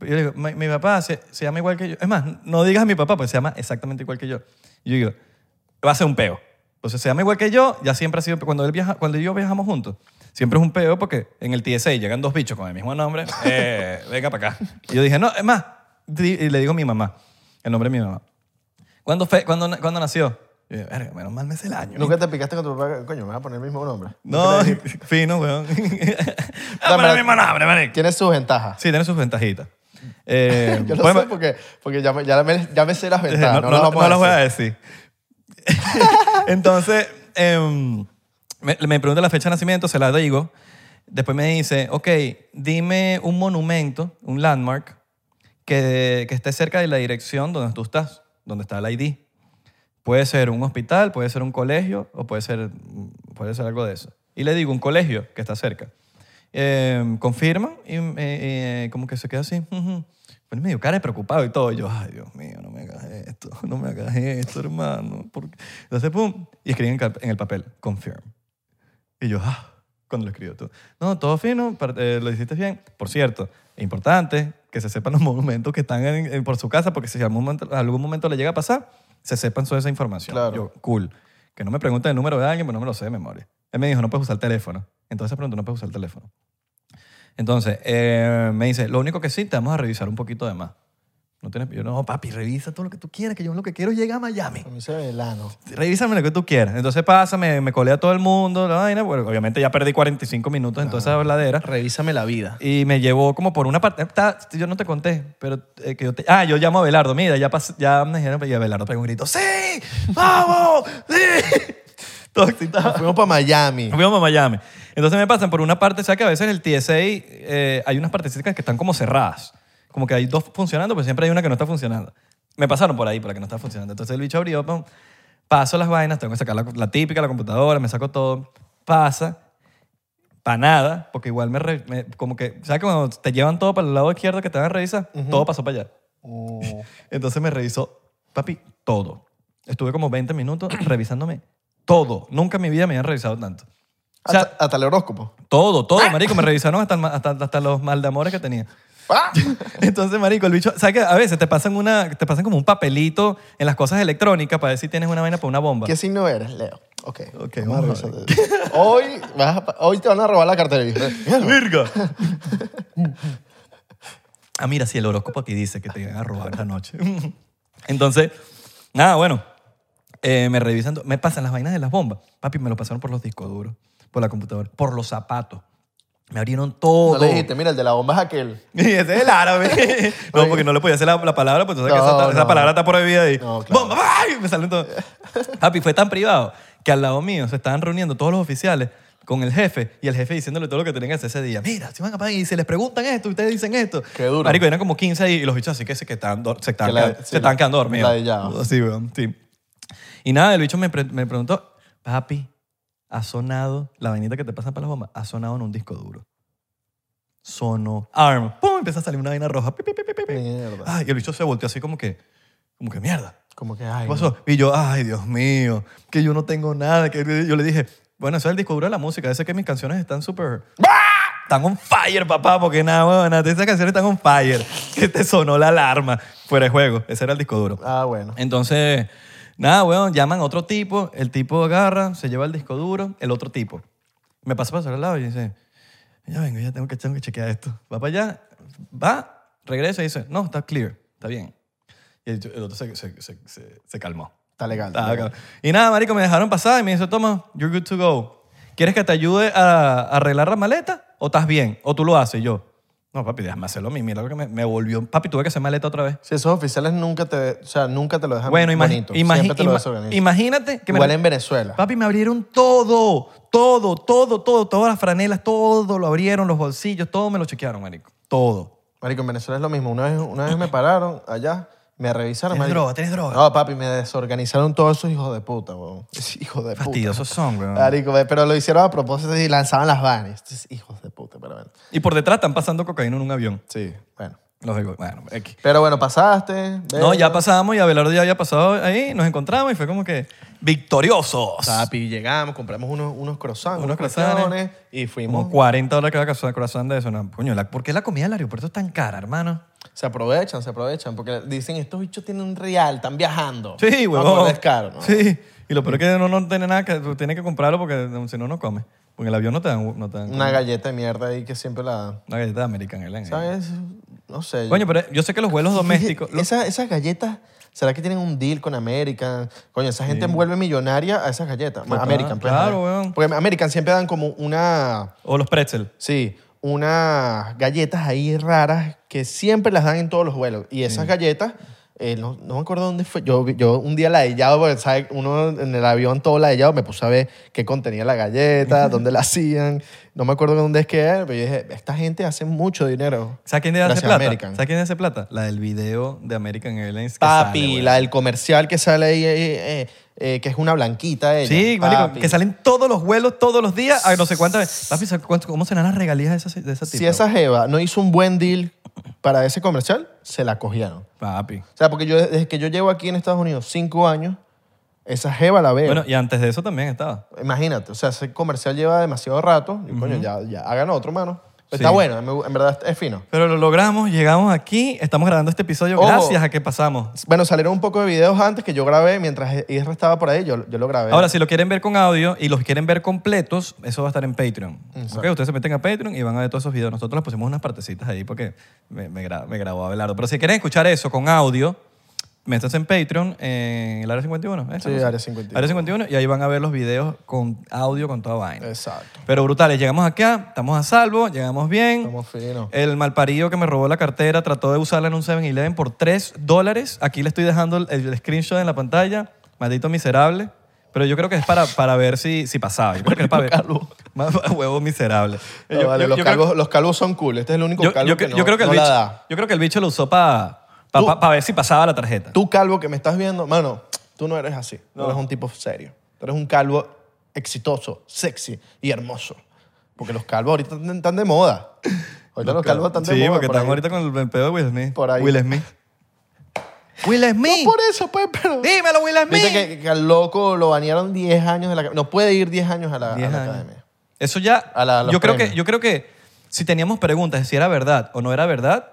B: Yo le digo, mi, mi papá se, se llama igual que yo. Es más, no digas mi papá, pues se llama exactamente igual que yo. Y yo digo, va a ser un peo. Entonces se llama igual que yo, ya siempre ha sido, cuando él viaja, cuando yo viajamos juntos, siempre es un peo porque en el TSA llegan dos bichos con el mismo nombre, eh, venga para acá. Y yo dije, no, es más, di- y le digo a mi mamá, el nombre de mi mamá. ¿Cuándo, fue, cuándo, na- cuándo nació? Y yo, "Verga, menos mal me sé el año.
A: Nunca te picaste con tu papá, coño, me vas a poner el mismo nombre.
B: no, fino, weón. Ah, pero el mismo nombre, marico.
A: Tiene sus ventajas.
B: Sí, tiene sus ventajitas. Eh,
A: Yo lo
B: bueno,
A: sé porque, porque ya, me, ya, me, ya me sé las
B: eh, no,
A: ventajas. No,
B: no-
A: las vamos
B: no las voy a
A: decir.
B: decir. Entonces, em, me, me pregunta la fecha de nacimiento, se la digo. Después me dice, ok, dime un monumento, un landmark, que, que esté cerca de la dirección donde tú estás, donde está el ID. Puede ser un hospital, puede ser un colegio o puede ser, puede ser algo de eso. Y le digo un colegio que está cerca. Eh, confirma y eh, eh, como que se queda así. ujú. Pone medio cara de preocupado y todo. Y yo, ay, Dios mío, no me hagas esto, no me hagas esto, hermano. ¿por qué? Entonces, pum, y escribí en el cap- en el papel, confirm. Y yo, ah, cuando lo escribo tú. No, todo fino, par- eh, lo hiciste bien. Por cierto, es importante que se sepan los monumentos que están en- en- por su casa, porque si algún momento, algún momento le llega a pasar, se sepan toda esa información.
A: Claro.
B: Yo, cool. Que no me pregunten el número de alguien, pero no me lo sé de memoria. Él me dijo, no puedes usar el teléfono. Entonces pronto no puedes usar el teléfono. Entonces, eh, me dice, lo único que sí, te vamos a revisar un poquito de más. No tienes, yo no, papi, revisa todo lo que tú quieras, que yo lo que quiero es llegar a Miami.
A: A mí se ve el ano.
B: Revísame lo que tú quieras. Entonces pasa, me, me colé a todo el mundo, la vaina, porque obviamente ya perdí 45 minutos en toda esa habladera.
A: Revísame la vida.
B: Y me llevó como por una parte. ta- Yo no te conté, pero eh, que yo te- Ah, yo llamo a Belardo. Mira, ya, pas- ya me dijeron, y Belardo pegó un grito. ¡Sí! ¡Vamos! ¡Sí! Todo excitado.
A: Fuimos para Miami.
B: Nos fuimos a Miami. Entonces me pasan por una parte, o sea que a veces el TSA eh, hay unas partecitas que están como cerradas. Como que hay dos funcionando, pero siempre hay una que no está funcionando. Me pasaron por ahí, por la que no está funcionando. Entonces el bicho abrió, pum, paso las vainas, tengo que sacar la, la típica, la computadora, me saco todo. Pasa, para nada, porque igual me, re- me- Como que, ¿sabes? que Cuando te llevan todo para el lado izquierdo que te van a revisar, todo pasó para allá.
A: Oh.
B: Entonces me revisó, papi, todo. Estuve como 20 minutos revisándome todo. Nunca en mi vida me habían revisado tanto. O sea,
A: hasta, hasta el horóscopo.
B: todo, todo, marico. Me revisaron hasta, el ma- hasta, hasta los mal de amores que tenía.
A: ¡Ah!
B: Entonces, marico, el bicho... ¿Sabes que A veces te pasan, una, te pasan como un papelito en las cosas electrónicas para ver si tienes una vaina para una bomba.
A: ¿Qué signo eres, Leo? Ok.
B: Ok,
A: vamos
B: vamos
A: a
B: a
A: revisar. Hoy, vas a pa- hoy te van a robar la cartera. Mierda.
B: ¡Virga! ah, mira, si el horóscopo aquí dice que te van a robar esta noche. Entonces, nada, bueno. eh, me revisan... to- Me pasan las vainas de las bombas. Papi, me lo pasaron por los discos duros, por la computadora, por los zapatos. Me abrieron todo.
A: No le dijiste, mira, el de la bomba es aquel.
B: Y ese es el árabe. No, porque no le podía hacer la, la palabra, pues entonces
A: No,
B: esa, esa
A: no.
B: palabra está prohibida ahí.
A: No, claro.
B: ¡Bomba! ¡Ay! Me salen todos. Papi, fue tan privado que al lado mío se estaban reuniendo todos los oficiales con el jefe y el jefe diciéndole todo lo que tenían que hacer ese día. Mira, si van a país y se les preguntan esto, ustedes dicen esto.
A: Qué duro.
B: Marico, eran como 15 ahí y los bichos así que se, que estaban dor- se, estaban
A: Que la-
B: quedando-
A: sí,
B: se estaban quedando
A: ladillados.
B: dormidos. Sí, weón, sí. Y nada, el bicho me, pre- me preguntó, papi, ha sonado, la vainita que te pasa para las bombas, ha sonado en un disco duro. Sonó. Arm. ¡Pum! Empieza a salir una vaina roja. Pi, pi, pi, pi, pi, pi.
A: Mierda.
B: Ay, y el bicho se volteó así como que, como que mierda.
A: Ah, Como que, ay.
B: ¿Qué pasó? Y yo, ay, Dios mío, que yo no tengo nada. Que yo le dije, bueno, eso es el disco duro de la música. Ese que mis canciones están súper... Están on fire, papá, porque nada, weón, esas canciones están on fire. Que te sonó la alarma. Fuera de juego. Ese era el disco duro.
A: no. Ah, bueno.
B: Entonces, nada, weón, llaman a otro tipo, el tipo agarra, se lleva el disco duro, el otro tipo. Me pasa pasar al lado y dice, ya vengo, ya tengo que, tengo que chequear esto. Va para allá, va, regresa y dice, no, está clear, está bien. Y el, el otro se, se- se- se- se calmó.
A: Está legal.
B: Estaba calmo. Y nada, marico, me dejaron pasar y me dice, toma, you're good to go. ¿Quieres que te ayude a, a arreglar la maleta o estás bien? ¿O tú lo haces? Y yo, no, papi, déjame hacerlo a mí. Mira lo que me, me volvió. Papi, tuve que hacer maleta otra vez.
A: Si esos oficiales nunca te, o sea, nunca te lo dejan
B: Bueno, imagi-
A: Ah, bonito.
B: imagi-
A: Siempre te lo
B: ima-
A: desorganizan.
B: imagínate que me-
A: Igual en Venezuela.
B: Papi, me abrieron todo, todo, todo, todo, todas las franelas, todo lo abrieron, los bolsillos, todo me lo chequearon, marico. Todo.
A: Marico, en Venezuela es lo mismo. Una vez, una vez me pararon allá, me revisaron.
B: Tienes
A: marico.
B: droga, tienes droga.
A: No, papi, me desorganizaron todos esos hijos de puta, weón. Hijos de puta.
B: Fastidiosos son, weón.
A: Marico, ve, pero lo hicieron a propósito y lanzaban las vanas. Estos hijos de puta, pero bueno.
B: Y por detrás están pasando cocaína en un avión.
A: Sí, bueno.
B: Los digo, bueno, X.
A: Pero bueno, pasaste. ve.
B: No, ya pasamos y Abelardo ya había pasado ahí, nos encontramos y fue como que victoriosos.
A: Papi, llegamos, compramos unos, unos croissants, unos,
B: Unos croissants.
A: croissants, y fuimos.
B: Como 40 dólares cada croissant- croissant de eso. No, coño, la- ¿por qué la comida del aeropuerto es tan cara, hermano?
A: Se aprovechan, se aprovechan, porque dicen, estos bichos tienen un real, están viajando.
B: Sí,
A: Vamos a
B: huevón.
A: comer caro, ¿no?
B: Sí. Y lo peor es que uno no tiene nada que... Tiene que comprarlo porque si no, no come. Porque en el avión no te dan... No te dan
A: Una galleta de mierda ahí que siempre la...
B: Una galleta de American Airlines.
A: ¿Sabes? No sé.
B: Coño, pero yo sé que los vuelos domésticos... los-
A: Esa- esas galletas, ¿será que tienen un deal con American? Coño, esa gente vuelve millonaria a esas galletas.
B: Total,
A: American, pues,
B: claro,
A: a ver.
B: weón.
A: Porque American siempre dan como una...
B: o los pretzel.
A: Sí, unas galletas ahí raras que siempre las dan en todos los vuelos. Y esas
B: Mm.
A: galletas, eh, no, no me acuerdo dónde fue. Yo, yo un día ladillado, porque ¿sabes? uno en el avión todo ladillado, me puse a ver qué contenía la galleta, dónde la hacían. No me acuerdo dónde es que era, pero yo dije, esta gente hace mucho dinero.
B: ¿Sabes quién hace
A: Gracias,
B: plata?
A: American.
B: ¿Sabes quién hace plata? La del video de American Airlines. que
A: Papi,
B: sale, güey.
A: la del comercial que sale ahí, eh, eh, eh, que es una blanquita ella.
B: Sí, marico,
A: Papi.
B: que salen todos los vuelos, todos los días, a no sé cuántas veces. Papi, ¿sabes cuánto- ¿cómo serán las regalías de esa, de esa tipa?
A: Si esa jeva no hizo un buen deal para ese comercial, se la cogieron.
B: Papi.
A: O sea, porque yo, desde que yo llevo aquí en Estados Unidos cinco años, esa jeva la veo.
B: Bueno, y antes de eso también estaba.
A: Imagínate, o sea, ese comercial lleva demasiado rato. Y coño, ya, ya hagan otro, mano. Está
B: Sí.
A: bueno, en- en verdad es fino.
B: Pero lo logramos, llegamos aquí, estamos grabando este episodio
A: Ojo.
B: gracias a que pasamos.
A: Bueno, salieron un poco de videos antes que yo grabé mientras Isra estaba por ahí, yo, yo lo grabé.
B: Ahora, si lo quieren ver con audio y los quieren ver completos, eso va a estar en Patreon.
A: Exacto.
B: ¿Ok? Ustedes se meten a Patreon y van a ver todos esos videos. Nosotros les pusimos unas partecitas ahí porque me, me, gra- me grabó Abelardo. Pero si quieren escuchar eso con audio, métanse en Patreon, en el Área 51. ¿es?
A: Sí, Área 51.
B: ¿eh? Área 51 y ahí van a ver los videos con audio, con toda vaina.
A: Exacto.
B: Pero brutales, llegamos acá, estamos a salvo, llegamos bien.
A: Estamos finos.
B: El malparido que me robó la cartera trató de usarla en un 7-Eleven por 3 dólares. Aquí le estoy dejando el, el screenshot en la pantalla. Maldito miserable. Pero yo creo que es para, para ver si, si pasaba. Yo creo que es para ver. Más- Huevo miserable.
A: No, vale, los,
B: creo-
A: calvos, los calvos son cool. Este es el único
B: yo-
A: calvo
B: yo-
A: que no,
B: yo creo que el
A: no la
B: bicho,
A: da.
B: yo creo que el bicho lo usó para
A: Tú-
B: ver si pasaba la tarjeta.
A: Tú, calvo, que me estás viendo, mano, tú no eres así. No. eres un tipo serio. Tú eres un calvo exitoso, sexy y hermoso. Porque los calvos ahorita están- están de moda. Ahorita los calvos están de
B: Sí,
A: moda.
B: porque
A: por
B: están
A: ahí.
B: ahorita con el, el pedo de Will Smith.
A: Por ahí.
B: Will Smith. Will Smith.
A: Por eso, pues, pero...
B: Dímelo, Will Smith.
A: Viste que, que al loco lo banearon 10 años de la... No puede ir 10 años a la, a la
B: 10 años.
A: academia.
B: Eso ya.
A: A la- a los
B: yo, creo que,
A: premios.
B: yo creo que si teníamos preguntas de si era verdad o no era verdad,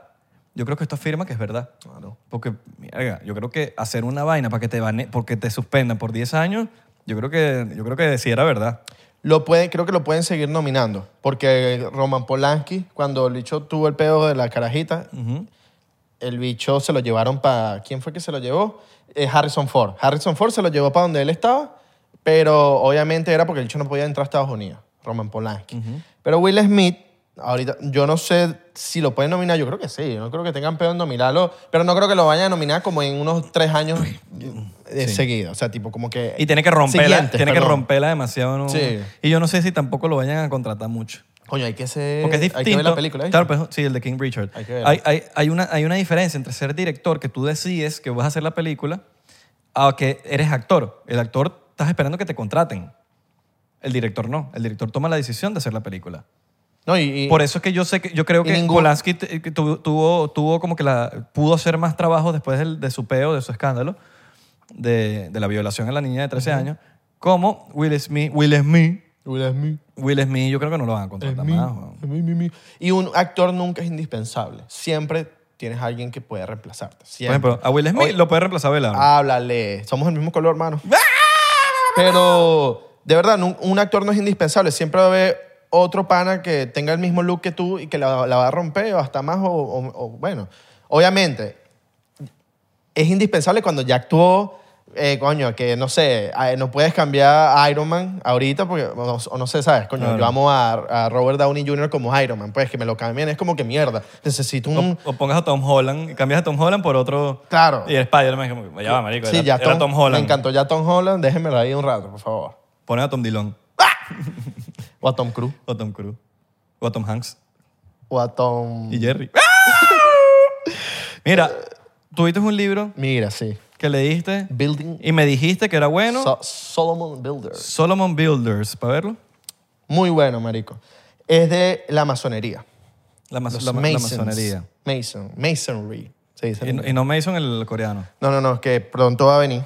B: yo creo que esto afirma que es verdad.
A: Claro.
B: Porque, mierda, yo creo que hacer una vaina para que te bane, porque te suspendan por 10 años, yo creo que, yo creo que sí era verdad.
A: Lo pueden, creo que lo pueden seguir nominando. Porque Roman Polanski, cuando el bicho tuvo el pedo de la carajita, el bicho se lo llevaron para. ¿Quién fue que se lo llevó? Eh, Harrison Ford. Harrison Ford se lo llevó para donde él estaba, pero obviamente era porque el bicho no podía entrar a Estados Unidos, Roman Polanski. Pero Will Smith, ahorita, yo no sé si lo pueden nominar, yo creo que sí, no creo que tengan pedo en nominarlo, pero no creo que lo vayan a nominar como en unos tres años eh, seguidos. O sea, tipo, como que.
B: Y tiene que romperla,
A: Siguientes,
B: tiene que
A: perdón.
B: romperla demasiado. ¿no?
A: Sí.
B: Y yo no sé si tampoco lo vayan a contratar mucho.
A: Coño, hay que ser.
B: Porque es
A: Hay
B: distinto.
A: que ver la película. ¿viste?
B: Claro, pues, sí, el de King Richard.
A: Hay
B: Hay,
A: que verla.
B: hay- hay una, hay una diferencia entre ser director, que tú decides que vas a hacer la película, a que eres actor. El actor estás esperando que te contraten. El director no. El director toma la decisión de hacer la película.
A: No, y, y-
B: Por eso es que yo sé que yo creo
A: y
B: que
A: ningún-
B: Polanski t- que tuvo, tuvo, tuvo como que la pudo hacer más trabajo después del- de su peo, de su escándalo, de, de la violación a la niña de 13 años, como Will Smith, Will Smith,
A: Will Smith,
B: Will Smith, yo creo que no lo van a contratar
A: Smith,
B: más. weón.
A: Smith, Smith, Smith. Y un actor nunca es indispensable. Siempre tienes a alguien que puede reemplazarte.
B: Por
A: Siempre.
B: ejemplo, a Will Smith
A: Oye, Ah,
B: lo puede reemplazar Abelardo.
A: Háblale. Somos del mismo color, hermano. Pero, de verdad, nun- un actor no es indispensable. Siempre va a haber otro pana que tenga el mismo look que tú y que la, la va a romper o hasta más o, o- o, bueno. Obviamente, es indispensable cuando ya actuó, eh, coño, que no sé, a- no puedes cambiar a Iron Man ahorita porque, o no, o no sé, ¿sabes? Coño,
B: Claro.
A: yo amo a, a Robert Downey Jr. como Iron Man. Pues que me lo cambien es como que mierda. Necesito un...
B: O pongas a Tom Holland, y cambias a Tom Holland por otro.
A: Claro.
B: Y el Spider-Man, como que, ya va, marico.
A: Sí,
B: era,
A: ya
B: era Tom, Holland.
A: Me encantó ya Tom Holland. Déjenmelo ahí un rato, por favor.
B: Ponen a Tom Dillon,
A: O a Tom Cruise.
B: o a Tom Cruise, o a Tom Hanks,
A: O a Tom...
B: y Jerry. ¡Ah! Mira, tuviste un libro
A: Mira, sí.
B: que leíste
A: Building...
B: y me dijiste que era bueno.
A: So- Solomon Builder.
B: Solomon Builders, para verlo.
A: Muy bueno, marico. Es de la masonería.
B: La, mas-
A: Los
B: la ma- la
A: Masons.
B: masonería.
A: Mason. Masonry. Se dice.
B: Y, no- y no Mason el coreano.
A: No, no, no. Es que pronto va a venir.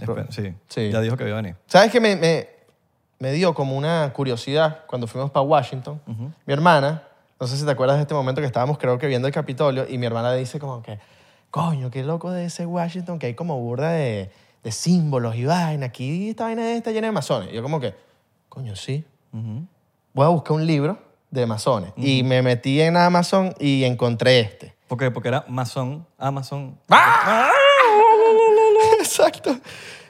B: Espera, sí.
A: Sí.
B: Ya dijo que iba a venir.
A: ¿Sabes qué? Me, me, me dio como una curiosidad cuando fuimos para Washington. Mi hermana, no sé si te acuerdas de este momento que estábamos, creo que viendo el Capitolio, y mi hermana dice como que, coño, qué loco de ese Washington, que hay como burda de, de símbolos y vaina. Aquí esta vaina está llena de masones. Y yo como que, coño, sí. Voy a buscar un libro de masones. Y me metí en Amazon y encontré este.
B: ¿Por qué? Porque era Mason, Amazon.
A: Exacto.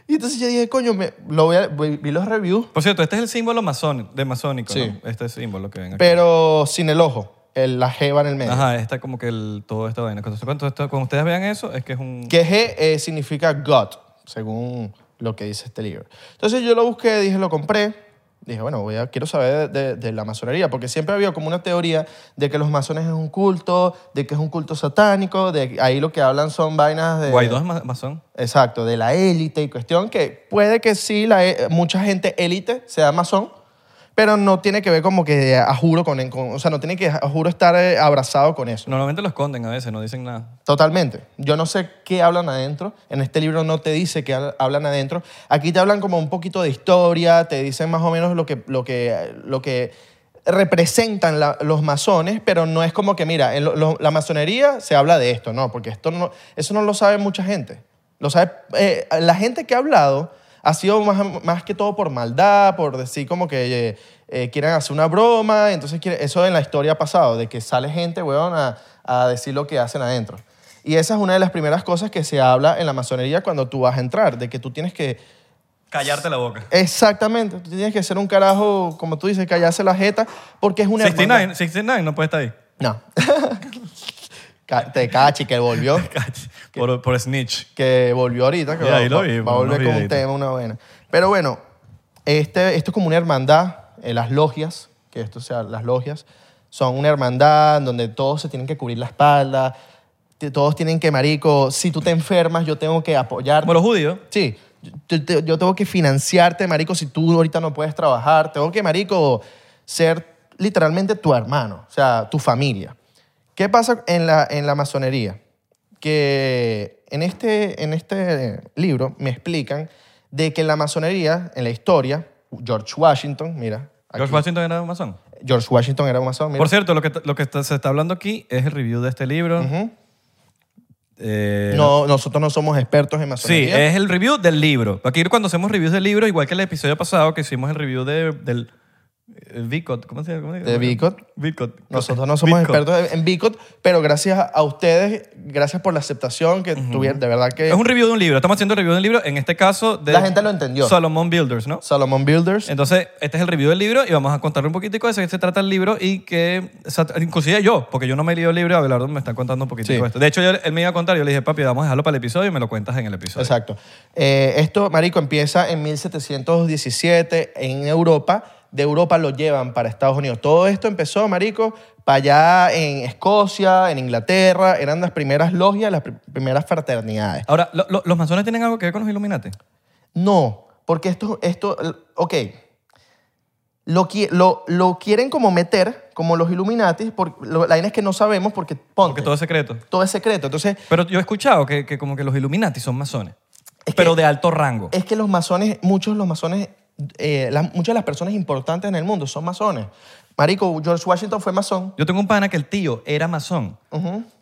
A: Y entonces yo dije, coño, me, lo voy a- vi vi los reviews
B: Por cierto, este es el símbolo masón, de masónico,
A: Sí.
B: ¿no? Este símbolo que ven aquí.
A: pero sin el ojo, el, la jeva en el medio.
B: Ajá, está como que el, todo esta vaina. Cuando, cuando esto- cuando ustedes vean eso, es que es un...
A: Que G eh, significa God, según lo que dice este libro. Entonces yo lo busqué, dije, lo compré. Dije, bueno, voy a, quiero saber de, de- de la masonería, porque siempre había como una teoría de que los masones es un culto, de que es un culto satánico, de ahí lo que hablan son vainas de...
B: Guaidó es ma- masón.
A: Exacto, de la élite y cuestión que puede que sí, la, e- mucha gente élite sea masón, pero no tiene que ver como que a juro con, con- O sea, no tiene que a juro estar eh, abrazado con eso.
B: Normalmente lo esconden a veces, no dicen nada.
A: Totalmente. Yo no sé qué hablan adentro. En este libro no te dice qué ha- hablan adentro. Aquí te hablan como un poquito de historia, te dicen más o menos lo que, lo que, lo que representan la- los masones, pero no es como que, mira, en lo- lo- la masonería se habla de esto, no, porque esto no, eso no lo sabe mucha gente. Lo sabe, eh, la gente que ha hablado ha sido más, más que todo por maldad, por decir como que eh, eh, quieren hacer una broma, entonces quiere- eso en la historia ha pasado, de que sale gente, weón, a, a decir lo que hacen adentro. Y esa es una de las primeras cosas que se habla en la masonería cuando tú vas a entrar, de que tú tienes que
B: Callarte la boca.
A: Exactamente. Tú tienes que ser un carajo, como tú dices, callarse la jeta, porque es una hermandad.
B: 69, 69 no puede estar ahí.
A: No. Ca- Te cachi que volvió.
B: Por, por snitch.
A: Que volvió ahorita. Que
B: Ya,
A: va,
B: ahí lo vi,
A: va a volver
B: unos
A: con un
B: videitos.
A: tema, una buena. Pero bueno, este, esto es como una hermandad. eh, las logias, que esto sea las logias, son una hermandad donde todos se tienen que cubrir la espalda. t- Todos tienen que, marico, si tú te enfermas, yo tengo que apoyarte.
B: Como los judíos.
A: Sí, yo, yo- yo tengo que financiarte, marico, si tú ahorita no puedes trabajar. Tengo que, marico, ser literalmente tu hermano, o sea, tu familia. ¿Qué pasa en la, en la masonería? Que en este, en este libro me explican de que en la masonería, en la historia, George Washington, mira. aquí-
B: George Washington era masón.
A: George Washington era un masón, mira.
B: Por cierto, lo que, lo que está- se está hablando aquí es el review de este libro. Eh,
A: no, nosotros no somos expertos en
B: Sí,
A: masonería.
B: es el review del libro. Aquí cuando hacemos reviews del libro, igual que el episodio pasado que hicimos el review de- del eh, Vicot, ¿cómo se llama? ¿Cómo se llama?
A: De Vicot.
B: Vicot.
A: Nosotros no somos
B: Vicot.
A: expertos en Bicot, pero gracias a ustedes, gracias por la aceptación que tuvieron. De verdad que
B: Es un review de un libro. Estamos haciendo el review de un libro, en este caso de...
A: La gente lo entendió.
B: Solomon Builders, ¿no?
A: Salomón Builders.
B: Entonces, este es el review del libro y vamos a contarle un poquitico de eso, que se trata el libro y que, o sea, inclusive yo, porque yo no me he leído el libro, Abelardo me está contando un poquitico
A: Sí.
B: de esto. De hecho, yo- él me iba a contar, yo le dije, papi, vamos a dejarlo para el episodio y me lo cuentas en el episodio.
A: Exacto. Eh, esto, Marico, empieza en 1717 en Europa. De Europa lo llevan para Estados Unidos. Todo esto empezó, Marico, para allá en Escocia, en Inglaterra. Eran las primeras logias, las pri- primeras fraternidades.
B: Ahora, lo- lo- ¿los masones tienen algo que ver con los Illuminati?
A: No, porque esto, esto ok, lo, qui- lo, lo quieren como meter, como los Illuminatis, por, lo- la idea es que no sabemos porque, ponte,
B: Porque todo
A: todo,
B: es secreto.
A: es secreto. Entonces,
B: Pero yo he escuchado que, que como que los Illuminati son masones, pero de alto rango.
A: es que los masones, muchos de los masones, eh, las- muchas de las personas importantes en el mundo son masones. Marico, George Washington fue masón.
B: Yo tengo un pana que el tío era masón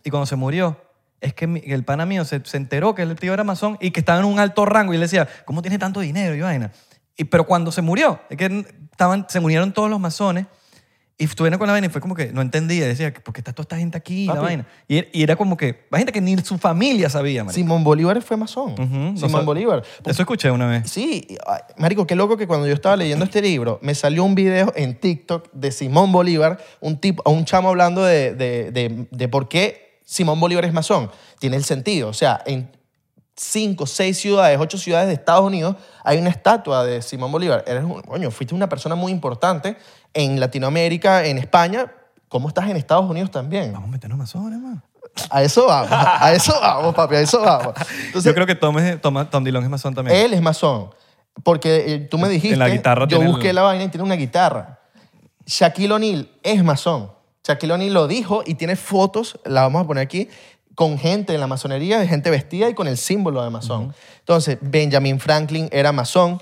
B: y cuando se murió, es que mi- el pana mío se, se enteró que el tío era masón y que estaba en un alto rango y le decía, ¿cómo tienes tanto dinero y vaina? Y, pero cuando se murió, es que estaban, se murieron todos los masones y estuvieron con la vaina y fue como que no entendía, decía, ¿por qué está toda esta gente aquí y la
A: Papi.
B: vaina? Y, er- y era como que, la gente que ni su familia sabía, marico.
A: Simón Bolívar fue masón.
B: Ujú, no
A: Simón
B: sab-
A: Bolívar.
B: Eso escuché una vez.
A: Sí, y, ay, Marico, qué loco que cuando yo estaba leyendo este libro, me salió un video en TikTok de Simón Bolívar, un, tipo, un chamo hablando de, de- de- de por qué Simón Bolívar es masón. Tiene el sentido. O sea, en cinco, seis ciudades, ocho ciudades de Estados Unidos, hay una estatua de Simón Bolívar. Eres un, coño, fuiste una persona muy importante en Latinoamérica, en España. ¿Cómo estás en Estados Unidos también?
B: Vamos a meternos masones, man.
A: A eso vamos, a eso vamos, papi, a eso vamos. Entonces,
B: Yo creo que Tom, es- Tom, Tom Dillon es masón también.
A: él es masón. Porque eh, tú me dijiste,
B: la guitarra
A: yo
B: tiene el-
A: busqué la vaina y tiene una guitarra. Shaquille O'Neal es masón. Shaquille O'Neal lo dijo y tiene fotos, la vamos a poner aquí, con gente en la masonería, de gente vestida y con el símbolo de masón. Entonces, Benjamin Franklin era masón.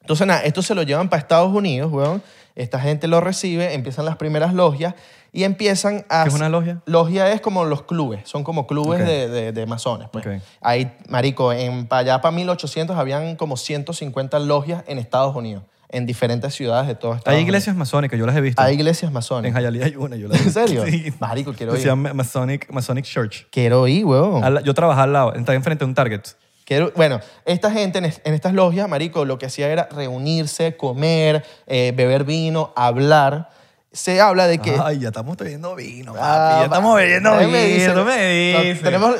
A: Entonces, nada, esto se lo llevan para Estados Unidos, weón. Esta gente lo recibe, empiezan las primeras logias y empiezan a...
B: ¿Qué es una logia?
A: Logia es como los clubes, son como clubes
B: Ok.
A: de, de- de masones. Pues.
B: Ok.
A: Ahí, marico, en, para allá para 1800 habían como 150 logias en Estados Unidos, en diferentes ciudades de todo Estados
B: Hay iglesias masónicas, yo las he
A: Unidos.
B: visto.
A: Hay iglesias
B: En
A: masónicas.
B: Hialeah hay una, yo la
A: ¿En serio?
B: Sí.
A: Marico, quiero
B: Que
A: ir.
B: Se llama Masonic, Masonic Church.
A: Quiero ir, weón.
B: Al- yo trabajaba al lado, estaba enfrente de un Target.
A: Quiero- bueno, esta gente en, es- en estas logias, marico, lo que hacía era reunirse, comer, eh, beber vino, hablar. Se habla de que...
B: Ay, ya estamos bebiendo vino, papi.
A: Ah,
B: ya estamos bebiendo
A: nadie
B: vino,
A: me dice,
B: no me
A: no,
B: dices.
A: Tenemos,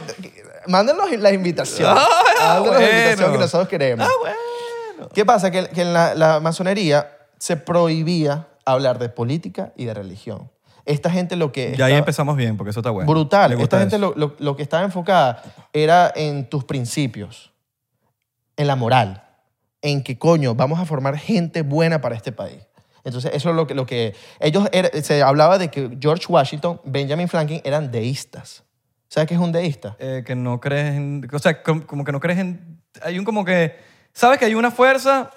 A: mándenos la invitación.
B: Ah,
A: mándenos la invitación
B: bueno.
A: que nosotros queremos.
B: Ah, bueno.
A: ¿Qué pasa? Que, que en la, la masonería se prohibía hablar de política y de religión. Esta gente lo que...
B: Ya ahí
A: estaba-
B: empezamos bien, porque eso está bueno.
A: Brutal.
B: Me
A: Esta
B: gusta
A: gente
B: eso.
A: lo, lo- lo que estaba enfocada era en tus principios, en la moral, en que coño, vamos a formar gente buena para este país. Entonces, eso es lo que, lo que ellos, era- se hablaba de que George Washington, Benjamin Franklin eran deístas. ¿Sabes qué es un deísta?
B: Eh, que no crees en... O sea, com- como, que no crees en... Hay un como que... Sabes que hay una fuerza,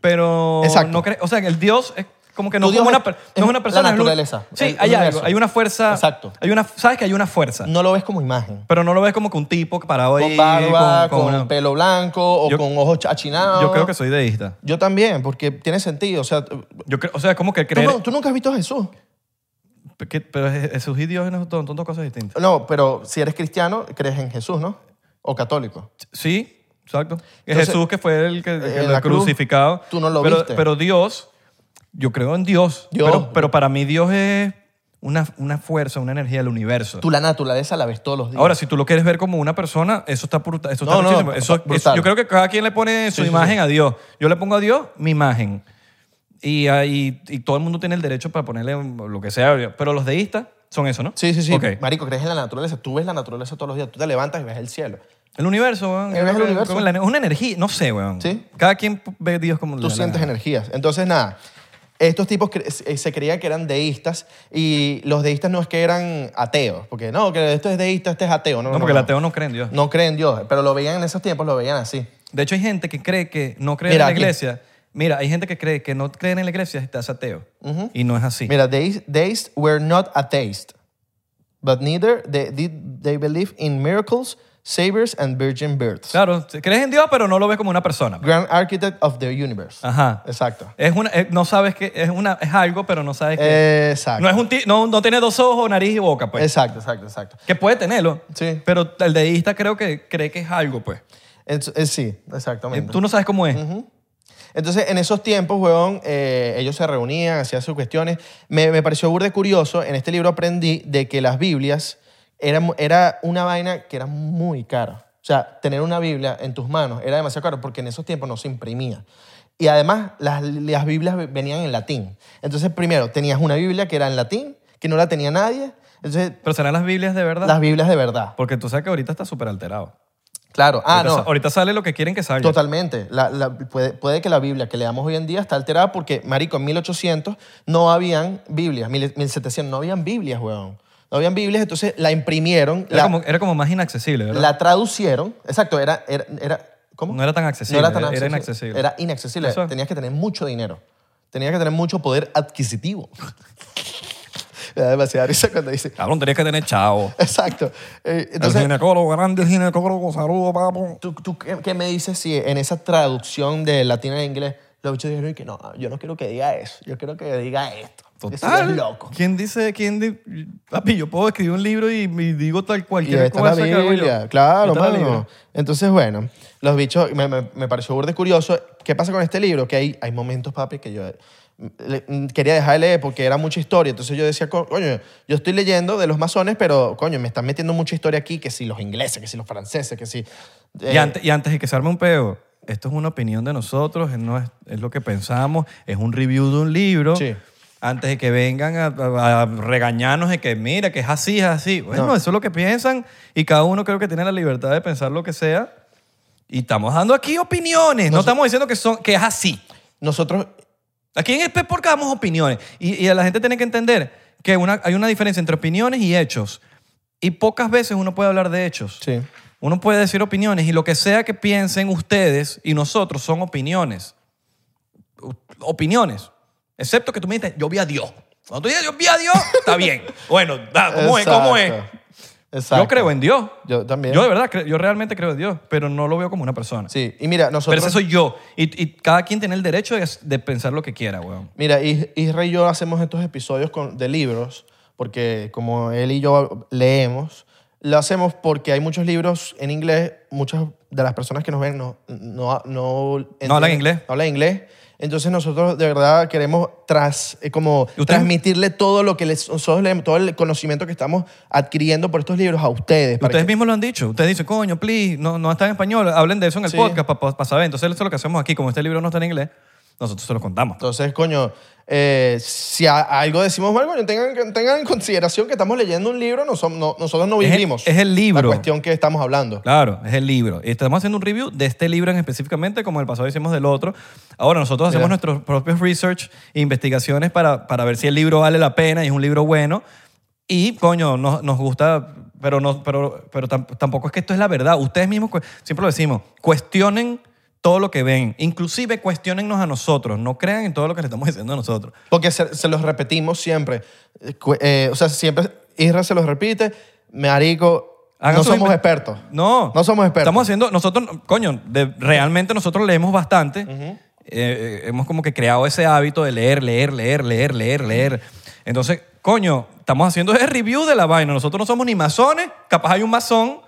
B: pero
A: Exacto.
B: no crees... O sea, que el Dios es como que no,
A: Tu Dios
B: como una,
A: es-
B: per-
A: es
B: no es
A: la
B: una persona. es un-
A: naturaleza, el
B: sí, hay
A: universo.
B: algo, hay una fuerza.
A: Exacto.
B: Hay una, sabes que hay una fuerza,
A: No lo ves como imagen.
B: pero no lo ves como que un tipo parado ahí.
A: Con barba, con,
B: una-
A: pelo blanco o
B: Yo-
A: con ojos achinados.
B: Yo creo que soy deísta.
A: Yo también, porque tiene sentido. O sea, tú,
B: Yo creo, o sea, como que creer.
A: no- tú nunca has visto a Jesús.
B: que- pero Jesús y Dios son son dos cosas distintas.
A: No, pero si eres cristiano, crees en Jesús, ¿no? O católico.
B: Sí, exacto.
A: Entonces, eh,
B: Jesús que fue el que, que
A: en
B: lo
A: la cruz,
B: crucificado.
A: tú no lo
B: pero,
A: viste.
B: Pero Dios, yo creo en Dios.
A: Dios.
B: Pero, pero para mí Dios es una, una fuerza, una energía del universo.
A: Tú la naturaleza la ves todos los días.
B: Ahora, si tú lo quieres ver como una persona, eso está, bruta- eso está
A: No, no,
B: muchísimo.
A: pa-
B: Eso-
A: pa-
B: eso-
A: brutal.
B: yo creo que cada quien le pone su
A: Sí, sí,
B: imagen
A: sí.
B: a Dios. Yo le pongo a Dios mi imagen. Y, ahí- y todo el mundo tiene el derecho para ponerle lo que sea. Pero los deístas son eso, ¿no?
A: Sí, sí, sí.
B: Ok.
A: Marico, crees en la naturaleza. Tú ves la naturaleza todos los días. Tú te levantas y ves el cielo.
B: El universo, weón.
A: Él es el
B: Creo que-
A: universo.
B: como la- Es una energía, no sé, weón.
A: Sí.
B: Cada quien ve a Dios como le
A: Tú
B: da la
A: sientes
B: gana.
A: energías. Entonces, nada. Estos tipos cre- eh, se creían que eran deístas y los deístas no es que eran ateos. Porque no, que esto es deísta, este es ateo. No,
B: No, porque el ateo no cree en Dios.
A: No creen en Dios. Pero lo veían en esos tiempos, lo veían así.
B: De hecho, hay gente que cree que no cree
A: Mira,
B: en la
A: aquí.
B: iglesia. Mira, hay gente que cree que no creen en la iglesia y estás ateo. Y no es así.
A: Mira, they, theists were not atheists, but neither they, did they believe in miracles, saviors, and virgin births.
B: Claro, crees en Dios, pero no lo ves como una persona.
A: Grand architect of the universe.
B: Ajá.
A: Exacto.
B: Es una, es- no sabes que es una, es algo, pero no sabes que
A: Eh, Exacto.
B: no es un ti- no, no tiene dos ojos, nariz y boca, pues.
A: Exacto, exacto, exacto.
B: Que puede tenerlo.
A: Sí.
B: Pero el deísta creo que cree que es algo, pues.
A: Es- es- sí,
B: Eh,
A: exactamente.
B: Tú no sabes cómo es.
A: Entonces, en esos tiempos, weón, eh, ellos se reunían, hacían sus cuestiones. Me, me pareció burde curioso, en este libro aprendí de que las Biblias eran, era una vaina que era muy cara. O sea, tener una Biblia en tus manos era demasiado caro porque en esos tiempos no se imprimía. Y además, las, las Biblias venían en latín. Entonces, primero, tenías una Biblia que era en latín, que no la tenía nadie. Entonces,
B: Pero serán las Biblias de verdad.
A: las Biblias de verdad.
B: Porque tú sabes que ahorita está súper alterado.
A: Claro. Ah,
B: ahorita,
A: no.
B: sa- ahorita sale lo que quieren que salga.
A: Totalmente. La- la- puede, puede que la Biblia que leamos hoy en día está alterada porque, marico, en 1800 no habían Biblias, mil- 1700 no habían Biblias, weón. No habían Biblias, entonces la imprimieron,
B: Era,
A: la,
B: como, era como más inaccesible, ¿verdad?
A: la traducieron. Exacto, era... era, era- ¿Cómo?
B: No era tan accesible,
A: No era tan
B: era- era
A: accesible.
B: inaccesible.
A: Era inaccesible.
B: Eso.
A: Tenías que tener mucho dinero. Tenías que tener mucho poder adquisitivo. Me da demasiada risa cuando dice...
B: Cabrón, tenías que tener chavo.
A: Exacto. Eh, entonces,
B: el ginecólogo, grande ginecólogo, saludo, papo.
A: ¿Tú, tú qué, qué me dices si en esa traducción de latín a inglés los bichos dijeron que no, yo no quiero que diga eso, yo quiero que diga esto? Eso
B: Total.
A: es loco.
B: ¿Quién dice, quién di- papi, yo puedo escribir un libro y, y digo tal
A: Y
B: cualquier
A: ahí está la
B: cosa que hago yo.
A: Biblia, claro,
B: Ahí está la
A: mano.
B: Biblia.
A: Entonces, bueno, los bichos, me, me, me pareció burde curioso. ¿Qué pasa con este libro? Que hay, hay momentos, papi, que yo le- mm, quería dejar de leer porque era mucha historia. Entonces yo decía, co- coño, yo estoy leyendo de los masones, pero coño, me están metiendo mucha historia aquí, que si los ingleses, que si los franceses, que si... eh,
B: Y, antes, y antes de que se arme un peo, esto es una opinión de nosotros, no es, es lo que pensamos, es un review de un libro.
A: Sí.
B: Antes de que vengan a, a- a regañarnos de que mira, que es así, es así. Bueno,
A: No.
B: eso es lo que piensan y cada uno creo que tiene la libertad de pensar lo que sea. Y estamos dando aquí opiniones, no, estamos diciendo que, son, que es así.
A: Nosotros
B: Aquí en el porque damos opiniones. Y, y la gente tiene que entender que una- hay una diferencia entre opiniones y hechos. Y pocas veces uno puede hablar de hechos.
A: Sí.
B: Uno puede decir opiniones y lo que sea que piensen ustedes y nosotros son opiniones. U- Opiniones. Excepto que tú me dices, yo vi a Dios. Cuando tú dices, yo vi a Dios, está bien. Bueno, da, ¿cómo es? ¿Cómo es?
A: Exacto. Exacto.
B: Yo creo en Dios.
A: Yo también.
B: Yo de verdad, creo- yo realmente creo en Dios, pero no lo veo como una persona.
A: Sí, y mira, nosotros...
B: Pero ese soy yo. Y, y cada quien tiene el derecho de, de pensar lo que quiera, weón.
A: Mira, Is- Isra y yo hacemos estos episodios con- de libros, porque como él y yo leemos, lo hacemos porque hay muchos libros en inglés, muchas de las personas que nos ven no, no, no,
B: hablan inglés.
A: no hablan inglés. Entonces nosotros de verdad queremos tras, eh, como
B: ¿Y ustedes?
A: transmitirle todo lo que les, nosotros leemos, todo el conocimiento que estamos adquiriendo por estos libros a ustedes. para
B: Ustedes
A: que-
B: mismos lo han dicho. Ustedes dicen, coño, please, no, no está en español. Hablen de eso en el
A: Sí.
B: podcast para saber. Entonces, eso es lo que hacemos aquí. Como este libro no está en inglés, nosotros se lo contamos.
A: Entonces, coño, eh, si a- algo decimos mal, coño, tengan, tengan en consideración que estamos leyendo un libro, no som- no- nosotros no
B: Es el-
A: vivimos.
B: es el libro.
A: La cuestión que estamos hablando.
B: Claro, es el libro. Y estamos haciendo un review de este libro en específicamente, como en el pasado hicimos del otro. Ahora nosotros hacemos
A: Mira.
B: nuestros propios research e investigaciones para, para ver si el libro vale la pena y es un libro bueno. Y, coño, nos, nos gusta, pero, no, pero, pero tam- tampoco es que esto es la verdad. Ustedes mismos, cu- siempre lo decimos, cuestionen todo lo que ven. Inclusive cuestionennos a nosotros. No crean en todo lo que le estamos diciendo a nosotros.
A: Porque se, se los repetimos siempre. Eh, cu- eh, o sea, siempre Isra se los repite. Marico,
B: Hagan
A: no
B: sus
A: somos
B: inve-
A: expertos.
B: No.
A: No somos expertos.
B: Estamos haciendo, nosotros, coño, de- realmente nosotros leemos bastante. Eh, eh, hemos como que creado ese hábito de leer, leer, leer, leer, leer, leer. Entonces, coño, estamos haciendo el review de la vaina. Nosotros no somos ni masones, capaz hay un masón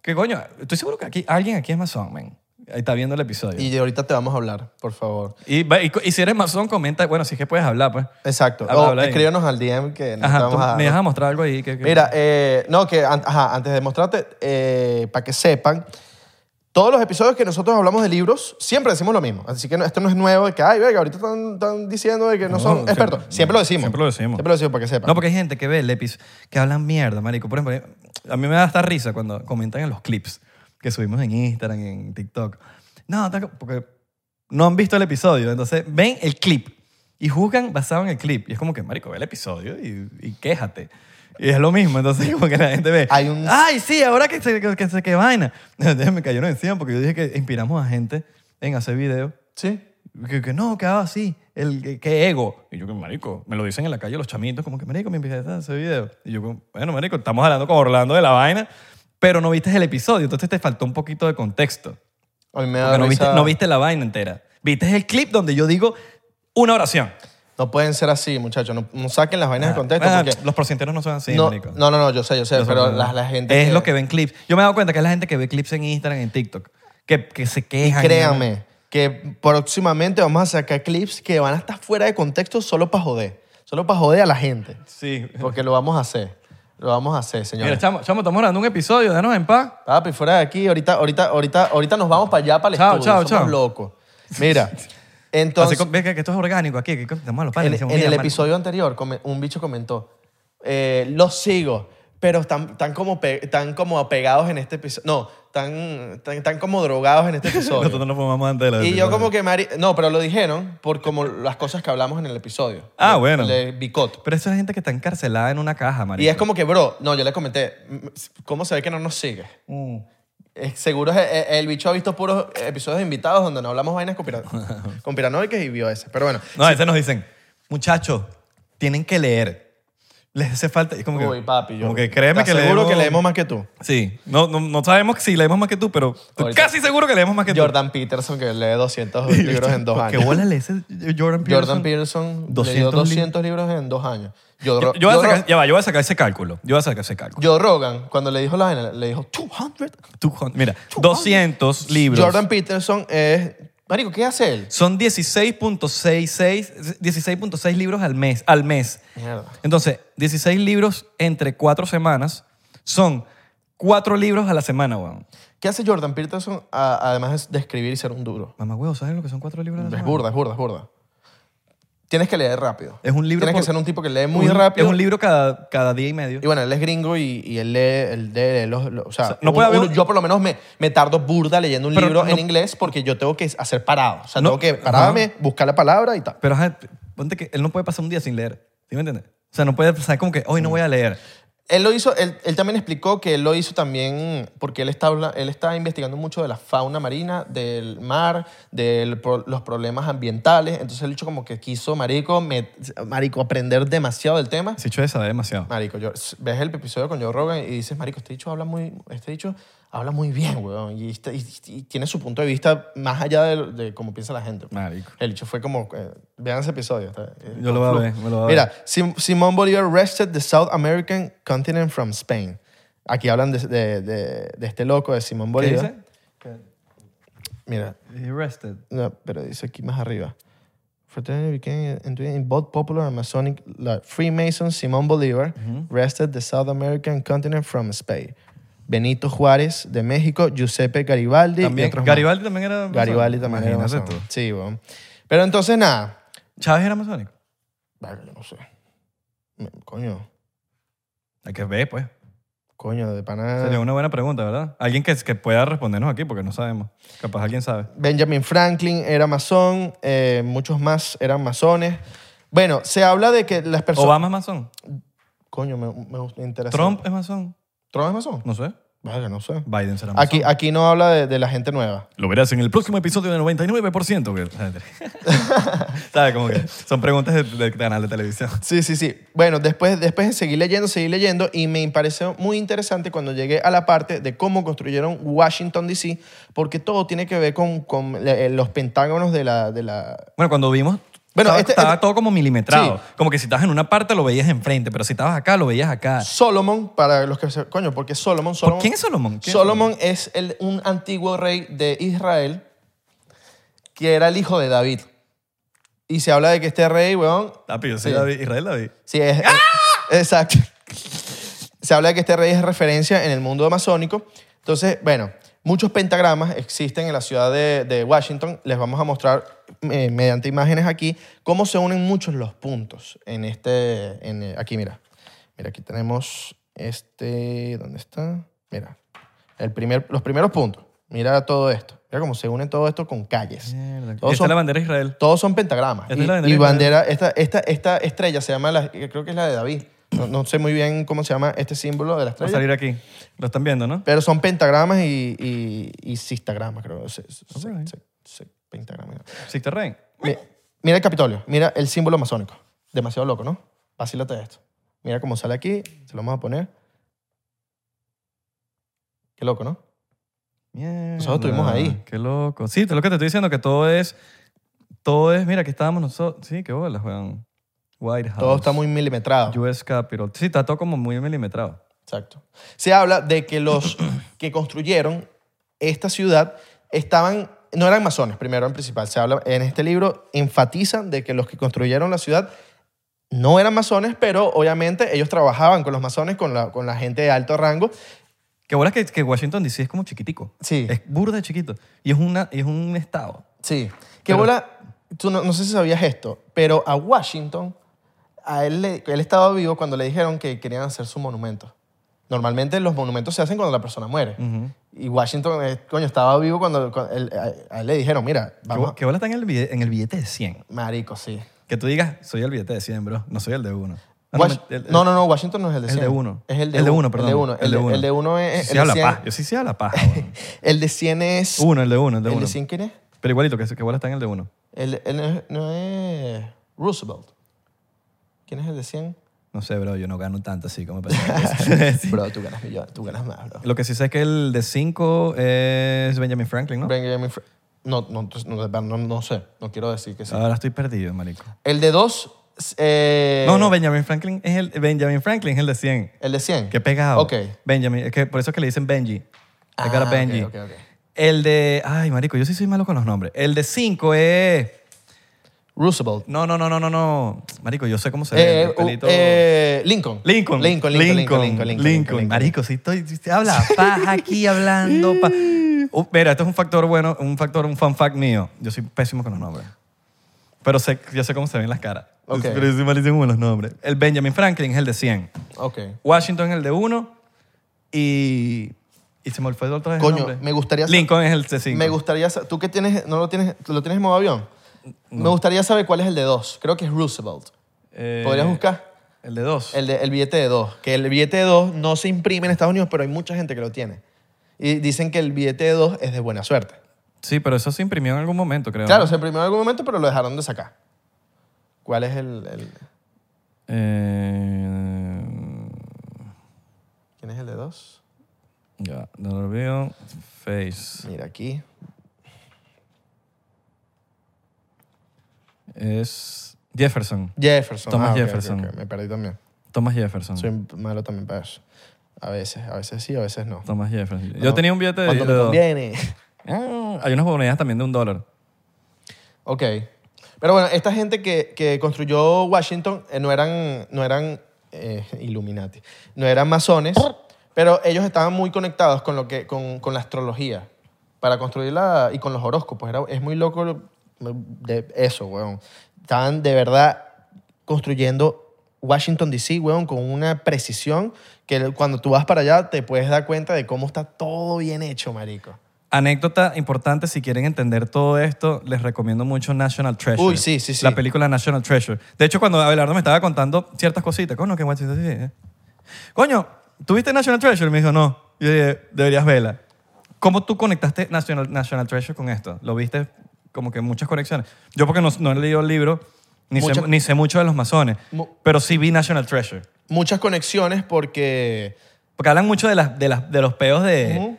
B: que, coño, estoy seguro que aquí alguien aquí es masón, men. Ahí está viendo el episodio. Y,
A: Y ahorita te vamos a hablar, por favor.
B: va- y co- y si eres masón, comenta, bueno, si es que puedes hablar, pues.
A: Exacto.
B: Habla,
A: O
B: habla ahí.
A: escríbenos al DM que nos
B: Ajá,
A: vamos
B: tú
A: a...
B: me dejas mostrar algo ahí. Que, que-
A: Mira, eh, no, que an- ajá, antes de mostrarte, eh, para que sepan, todos los episodios que nosotros hablamos de libros, siempre decimos lo mismo. Así que no- esto no es nuevo, de que, ay, verga, ahorita están, están diciendo de que no,
B: No,
A: son
B: siempre-
A: expertos. Siempre, lo decimos.
B: siempre lo decimos.
A: Siempre lo decimos, para que sepan.
B: No, porque hay gente que ve el episodio, que hablan mierda, marico. Por ejemplo, a mí me da hasta risa cuando comentan en los clips que subimos en Instagram, en TikTok. No, tal- porque no han visto el episodio. Entonces, ven el clip y juzgan basado en el clip. Y es como que, marico, ve el episodio y, y quéjate. Y es lo mismo. Entonces, como que la gente ve,
A: Hay un-
B: ay, sí, ahora que se, que, que se- que vaina. Entonces, me cayeron encima porque yo dije que inspiramos a gente en hacer videos
A: Sí.
B: que, que no, que haga así, el, que, que ego. Y yo, que marico, me lo dicen en la calle los chamitos, como que marico, me empieza a hacer video. Y yo, como, bueno, marico, estamos hablando con Orlando de la vaina, pero no viste el episodio, entonces te faltó un poquito de contexto.
A: A mí me da
B: Porque no viste,
A: risa.
B: no viste la vaina entera. Viste el clip donde yo digo una oración.
A: No pueden ser así, muchachos. No, no saquen las vainas de contexto.
B: Ah,
A: porque
B: los porcenteros no son así,
A: no,
B: marico.
A: no, no, no, yo sé, yo sé,
B: Los
A: pero
B: porcenteros.
A: la, la gente...
B: Es lo que ven clips. Yo me he dado cuenta que es la gente que ve clips en Instagram, en TikTok, que, que se quejan.
A: Créame que próximamente vamos a sacar clips que van hasta fuera de contexto solo para joder. Solo para joder a la gente.
B: Sí.
A: Porque lo vamos a hacer. Lo vamos a hacer, señor.
B: Mira, chamo, chamo, estamos grabando un episodio, danos en paz.
A: Papi, fuera de aquí. Ahorita, ahorita, ahorita, ahorita nos vamos para allá, para el
B: Chao,
A: estudio.
B: chao,
A: Somos
B: chao.
A: locos. Mira,
B: Así
A: entonces,
B: con- ve que, que esto es orgánico aquí, que estamos a los padres.
A: en,
B: decimos,
A: en
B: mira,
A: el
B: marico,
A: episodio anterior, come- un bicho comentó, eh, los sigo, pero están, están, como pe- están como apegados en este episodio. No, están, están, están como drogados en este
B: Nosotros
A: episodio.
B: nos fumamos antes de la
A: y yo como que... mari- no, pero lo dijeron por como las cosas que hablamos en el episodio.
B: Ah,
A: Le-
B: bueno.
A: Le bicoto.
B: Pero esa es gente que está encarcelada en una caja, marico.
A: Y es como que, bro, no, yo le comenté, ¿cómo se ve que no nos sigue?
B: Mm.
A: Es- Seguro es- es- el, bicho ha visto puros episodios de invitados donde no hablamos vainas conspira- conspiranoicas y vio ese. Pero bueno,
B: No, a veces nos dicen, muchachos, tienen que leer. Les hace falta... Y es como que,
A: uy, papi, yo.
B: Como que créeme
A: ¿estás
B: que leemos...
A: Seguro que leemos más que tú.
B: Sí. No, no, no sabemos si leemos más que tú, pero estoy
A: Ahorita-
B: casi seguro que leemos más que
A: Jordan Peterson, que lee 200
B: tú.
A: libros en dos
B: ¿Qué
A: años.
B: bola lee ese Jordan Peterson?
A: Jordan Peterson
B: 200
A: leyó
B: libros.
A: 200 libros en dos años. Yo,
B: Yo,
A: Ro-
B: yo voy a
A: yo
B: sacar-
A: Ro-
B: ya va, yo voy a sacar ese cálculo. Yo voy a sacar ese cálculo.
A: Joe Rogan, cuando le dijo la vaina, le dijo 200.
B: Tú, mira, 200 libros.
A: Jordan Peterson es... Marico, ¿qué hace él?
B: Son 16.66 16.6 libros al mes, al mes.
A: Mierda.
B: Entonces, 16 libros entre cuatro semanas son cuatro libros a la semana, weón.
A: ¿Qué hace Jordan Peterson a- además de escribir y ser un duro?
B: Mamá, weón, ¿sabes lo que son cuatro libros a la
A: Es
B: semana?
A: burda, es burda, es burda. Tienes que leer rápido.
B: Es un libro
A: Tienes que
B: por-
A: ser un tipo que lee muy
B: Un-
A: rápido.
B: Es un libro cada, cada día y medio.
A: Y bueno, él es gringo y, y él lee, él lee los, los- o sea,
B: no
A: un-
B: puede haber-
A: uno- yo por lo menos me, me tardo burda leyendo un
B: Pero
A: libro en
B: no-
A: inglés porque yo tengo que hacer parado. O sea,
B: No,
A: tengo que pararme, buscar la palabra y tal.
B: Pero ajá, ponte que él no puede pasar un día sin leer. ¿Sí me entiendes? O sea, no puede pasar como que hoy
A: Mm.
B: no voy a leer.
A: Él lo hizo, él, él también explicó que él lo hizo también porque él está, habla- él está investigando mucho de la fauna marina, del mar, de los problemas ambientales. Entonces el hecho como que quiso, marico, me- marico, aprender demasiado del tema.
B: Si hecho de saber demasiado.
A: Marico, yo- ves el episodio con Joe Rogan y dices, marico, este dicho habla muy, este dicho habla muy bien, weón. Y, está- y- y tiene su punto de vista más allá de, de cómo piensa la gente. pues".
B: Marico.
A: El dicho fue como, eh, vean ese episodio. está- eh,
B: Yo lo voy a ver, me lo voy a
A: Mira, Sim- Simón Bolívar wrested the South American continent from Spain. Aquí hablan de, de- de- de este loco, de Simón
B: ¿Qué
A: Bolívar.
B: dice?
A: Mira,
B: He rested.
A: no, pero dice aquí más arriba. Fraternity became and in both popular and Masonic like Freemason Simón Bolívar wrested the South American continent from Spain. Benito Juárez de México, Giuseppe Garibaldi. y
B: También,
A: otros más.
B: Garibaldi también era...
A: Garibaldi también era
B: Imagínate
A: masón.
B: tú.
A: Sí, bueno. Pero entonces nada.
B: Chávez era masónico.
A: Verga, no sé. Me- Coño,
B: Hay que ver, pues.
A: coño, de pana.
B: Sería una buena pregunta, ¿verdad? Alguien que, que pueda respondernos aquí, porque no sabemos. Capaz alguien sabe.
A: Benjamin Franklin era masón, eh, muchos más eran masones. Bueno, se habla de que las personas.
B: ¿Obama es masón?
A: Coño, me, me gusta- me interesa.
B: ¿Trump es masón?
A: ¿Trump es masón?
B: No sé.
A: Vale, no sé.
B: Biden será
A: Aquí, aquí no habla de, de la gente nueva.
B: Lo verás en el próximo episodio del 99%. güey. ¿Sabes? Como que son preguntas del, del canal de televisión.
A: Sí, sí, sí. Bueno, después, después seguí leyendo, seguí leyendo y me pareció muy interesante cuando llegué a la parte de cómo construyeron Washington, D.C., porque todo tiene que ver con, con le- eh, los pentágonos de la... De la...
B: Bueno, cuando vimos,
A: Bueno,
B: estaba,
A: este-
B: estaba
A: este-
B: todo como milimetrado.
A: Sí.
B: Como que si estabas en una parte lo veías enfrente, pero si estabas acá lo veías acá.
A: Solomon, para los que... se- Coño, porque Solomon... Solomon
B: quién es Solomon? ¿Quién es
A: Solomon es el, un antiguo rey de Israel que era el hijo de David. Y se habla de que este rey, weón,
B: Tapi, yo soy
A: Sí.
B: David, Israel David.
A: Sí, es. es- exacto. Se habla de que este rey es referencia en el mundo amazónico. Entonces, bueno, muchos pentagramas existen en la ciudad de, de Washington. Les vamos a mostrar eh, mediante imágenes aquí cómo se unen muchos los puntos en este. en, eh, aquí, mira. Mira, aquí tenemos este. ¿Dónde está? Mira. El primer, los primeros puntos. Mira todo esto. Mira cómo se une todo esto con calles.
B: Esta
A: Todos
B: es
A: son-
B: la bandera de Israel.
A: todos son pentagramas.
B: Esta
A: y,
B: es la bandera
A: y
B: de
A: bandera, esta, esta, esta estrella se llama, la, creo que es la de David. No, no sé muy bien cómo se llama este símbolo de la
B: Va a
A: estrella.
B: salir aquí. Lo están viendo, ¿no?
A: Pero son pentagramas y, y, y sistagramas, creo. Se- se- se-
B: Alright.
A: se- se- pentagramas.
B: Sí, te rey.
A: Mi- Mira el Capitolio, mira el símbolo masónico. Demasiado loco, ¿no? Vacílate de esto. Mira cómo sale aquí, se lo vamos a poner. Qué loco, ¿no? Nosotros estuvimos ahí.
B: Qué loco. Sí, es lo que te estoy diciendo, que todo es... Todo es... Mira, que estábamos nosotros... Sí, qué bolas, weón. White House.
A: Todo está muy milimetrado.
B: US Capitol. Sí, está todo como muy milimetrado.
A: Exacto. Se habla de que los que construyeron esta ciudad estaban, no eran masones, primero en principal. Se habla en este libro, enfatizan de que los que construyeron la ciudad no eran masones, pero obviamente ellos trabajaban con los masones, con la, con la gente de alto rango.
B: Qué bolas que, que Washington DC es como chiquitico.
A: Sí.
B: Es burda de chiquito. Y es, una, y es un estado.
A: Sí. Que
B: Pero-
A: bola, tú no, no sé si sabías esto, pero a Washington, a él, le- él estaba vivo cuando le dijeron que querían hacer su monumento. Normalmente los monumentos se hacen cuando la persona muere. Y Washington, eh, coño, estaba vivo cuando, cuando él- a, a él le dijeron, mira,
B: Qué
A: vamos.
B: bo- Qué bolas está en el, billete, en el billete de 100.
A: Marico, sí.
B: Que tú digas, soy el billete de 100, bro. No soy el de uno. Ah,
A: Wash-
B: me- el- el-
A: no, no, no, Washington no es el de
B: El
A: 100.
B: de uno.
A: Es el de,
B: el de
A: un-
B: uno, perdón.
A: El de uno. El de,
B: uno.
A: el de uno es...
B: Sí,
A: el
B: se
A: de
B: habla
A: 100
B: paja. Yo sí se habla paja. weón.
A: El de 100 es...
B: uno, el de uno, el de
A: ¿El
B: uno.
A: de 100 quién es?
B: Pero igualito, que, que igual está en el de uno.
A: El, el no es- no es Roosevelt. ¿Quién es el de 100?
B: No sé, bro, yo no gano tanto así como pensaba. Sí.
A: Bro, tú ganas millones, tú ganas más, bro.
B: Lo que sí sé es que el de 5 es Benjamin Franklin, ¿no?
A: Benjamin Fra- no, no, entonces, no, de verdad, no, no sé, no quiero decir que sí.
B: Ahora estoy perdido, marico.
A: El de 2, Eh,
B: no, no, Benjamin Franklin es el Benjamin Franklin es el de 100.
A: el de 100.
B: Qué pegado.
A: Ok.
B: Benjamin, es que por eso es que le dicen Benji. I got a
A: Ah,
B: Benji.
A: ok, ok, ok.
B: El de ay, marico, yo sí soy malo con los nombres. El de 5 es
A: Roosevelt.
B: No, no, no, no, no, no. Marico, yo sé cómo se ve.
A: Eh,
B: el
A: u-
B: pelito.
A: eh, Lincoln.
B: Lincoln.
A: Lincoln. Lincoln. Lincoln. Lincoln. Lincoln. Lincoln.
B: Marico, si estoy. si te habla paja aquí hablando. pa- Uh, mira, esto es un factor bueno, un factor, un fun fact mío. Yo soy pésimo con los nombres. Pero sé, yo sé cómo se ven las caras.
A: Ok.
B: Pero yo soy malísimo con los nombres. El Benjamin Franklin es el de 100.
A: Ok.
B: Washington es el de 1. Y. Y se me fue otra vez el
A: Coño,
B: nombre.
A: me gustaría sa-
B: Lincoln es el de 5.
A: Me gustaría sa- tú que tienes, no lo tienes, lo tienes en modo avión. Me gustaría saber cuál es el de 2. Creo que es Roosevelt.
B: Eh,
A: ¿Podrías buscar?
B: El de 2.
A: El, de- el billete de 2. Que el billete de 2 no se imprime en Estados Unidos, pero hay mucha gente que lo tiene. Y dicen que el billete de 2 es de buena suerte.
B: Sí, pero eso se imprimió en algún momento, creo.
A: Claro, se imprimió en algún momento, pero lo dejaron de sacar. ¿Cuál es el, el-
B: Eh,
A: quién es el de 2?
B: ya, no lo veo. Face.
A: Mira aquí.
B: Es Jefferson.
A: Jefferson.
B: Thomas
A: Ah, ok, ok,
B: Jefferson.
A: ok, Me perdí también.
B: Thomas Jefferson.
A: Soy malo también para eso. A veces, a veces sí, a veces no.
B: Thomas Jefferson. Yo
A: No,
B: tenía un billete de...
A: Cuando me
B: de dos.
A: conviene.
B: Ah, hay unas monedas también de un dólar.
A: Ok. Pero bueno, esta gente que, que construyó Washington eh, no eran, no eran eh, Illuminati, no eran masones, pero ellos estaban muy conectados con, lo que, con, con la astrología para construirla y con los horóscopos. Era, es muy loco lo- de eso, weón. Estaban de verdad construyendo Washington DC, weón, con una precisión que cuando tú vas para allá te puedes dar cuenta de cómo está todo bien hecho, marico.
B: Anécdota importante, si quieren entender todo esto, les recomiendo mucho National Treasure.
A: Uy, sí, sí, sí.
B: La película National Treasure. De hecho, cuando Abelardo me estaba contando ciertas cositas, coño, que Washington DC, eh. Coño, ¿tuviste National Treasure? Me dijo, no. Y Yo dije, deberías verla. ¿Cómo tú conectaste National, National Treasure con esto? ¿Lo viste como que muchas conexiones? Yo porque no, no he leído el libro, ni, sé,
A: Muchas-
B: ni sé mucho de los masones,
A: Mu-
B: pero sí vi National Treasure.
A: Muchas conexiones porque...
B: Porque hablan mucho de, las, de, las, de los peos de,
A: Ujú.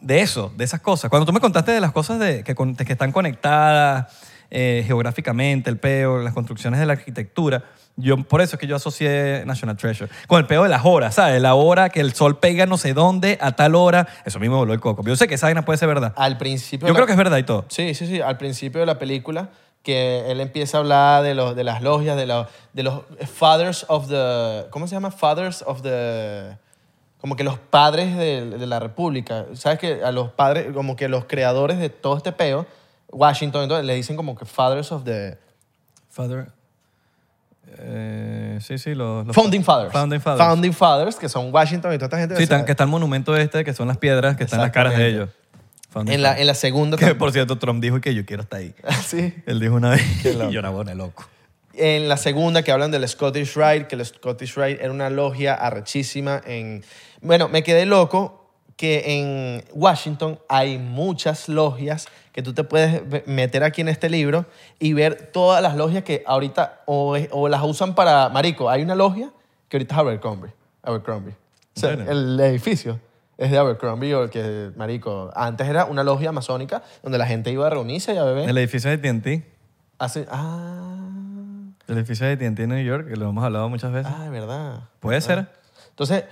B: de eso, de esas cosas. Cuando tú me contaste de las cosas de, que, con- que están conectadas eh, geográficamente, el peo, las construcciones de la arquitectura, yo, por eso es que yo asocié National Treasure con el peo de las horas, ¿sabes? La hora que el sol pega no sé dónde, a tal hora. Eso mismo me voló el coco. Yo sé que esa vaina puede ser verdad.
A: Al principio...
B: Yo
A: la-
B: creo que es verdad y todo.
A: Sí, sí, sí. Al principio de la película, que él empieza a hablar de, los, de las logias, de, los- de los fathers of the... ¿Cómo se llama? Fathers of the... Como que los padres de, de la república. ¿Sabes que a los padres, como que los creadores de todo este peo, Washington, entonces, le dicen como que fathers of the...
B: Father. eh, sí, sí, los, los-
A: Founding fathers.
B: Founding Fathers.
A: Founding fathers, que son Washington y toda esta gente.
B: sí,
A: O sea,
B: tan- que está el monumento este, que son las piedras, que están las caras de ellos.
A: Exactamente.
B: Founding
A: en, la,
B: Fathers.
A: en la segunda...
B: Que
A: tam-
B: por cierto, Trump dijo que yo quiero estar ahí.
A: sí.
B: Él dijo una vez y yo era bueno, loco.
A: En la segunda que hablan del Scottish Rite, que el Scottish Rite era una logia arrechísima en... Bueno, me quedé loco que en Washington hay muchas logias que tú te puedes ve- meter aquí en este libro y ver todas las logias que ahorita o, es- o las usan para... Marico, hay una logia que ahorita es Abercrombie. Abercrombie. O sea,
B: Bueno.
A: el edificio es de Abercrombie o el que, marico, antes era una logia masónica donde la gente iba a reunirse y a beber.
B: El edificio de TNT.
A: Hace- ah...
B: El edificio de TNT en New York, que lo hemos hablado muchas veces.
A: Ah, es verdad.
B: Puede ser.
A: Entonces,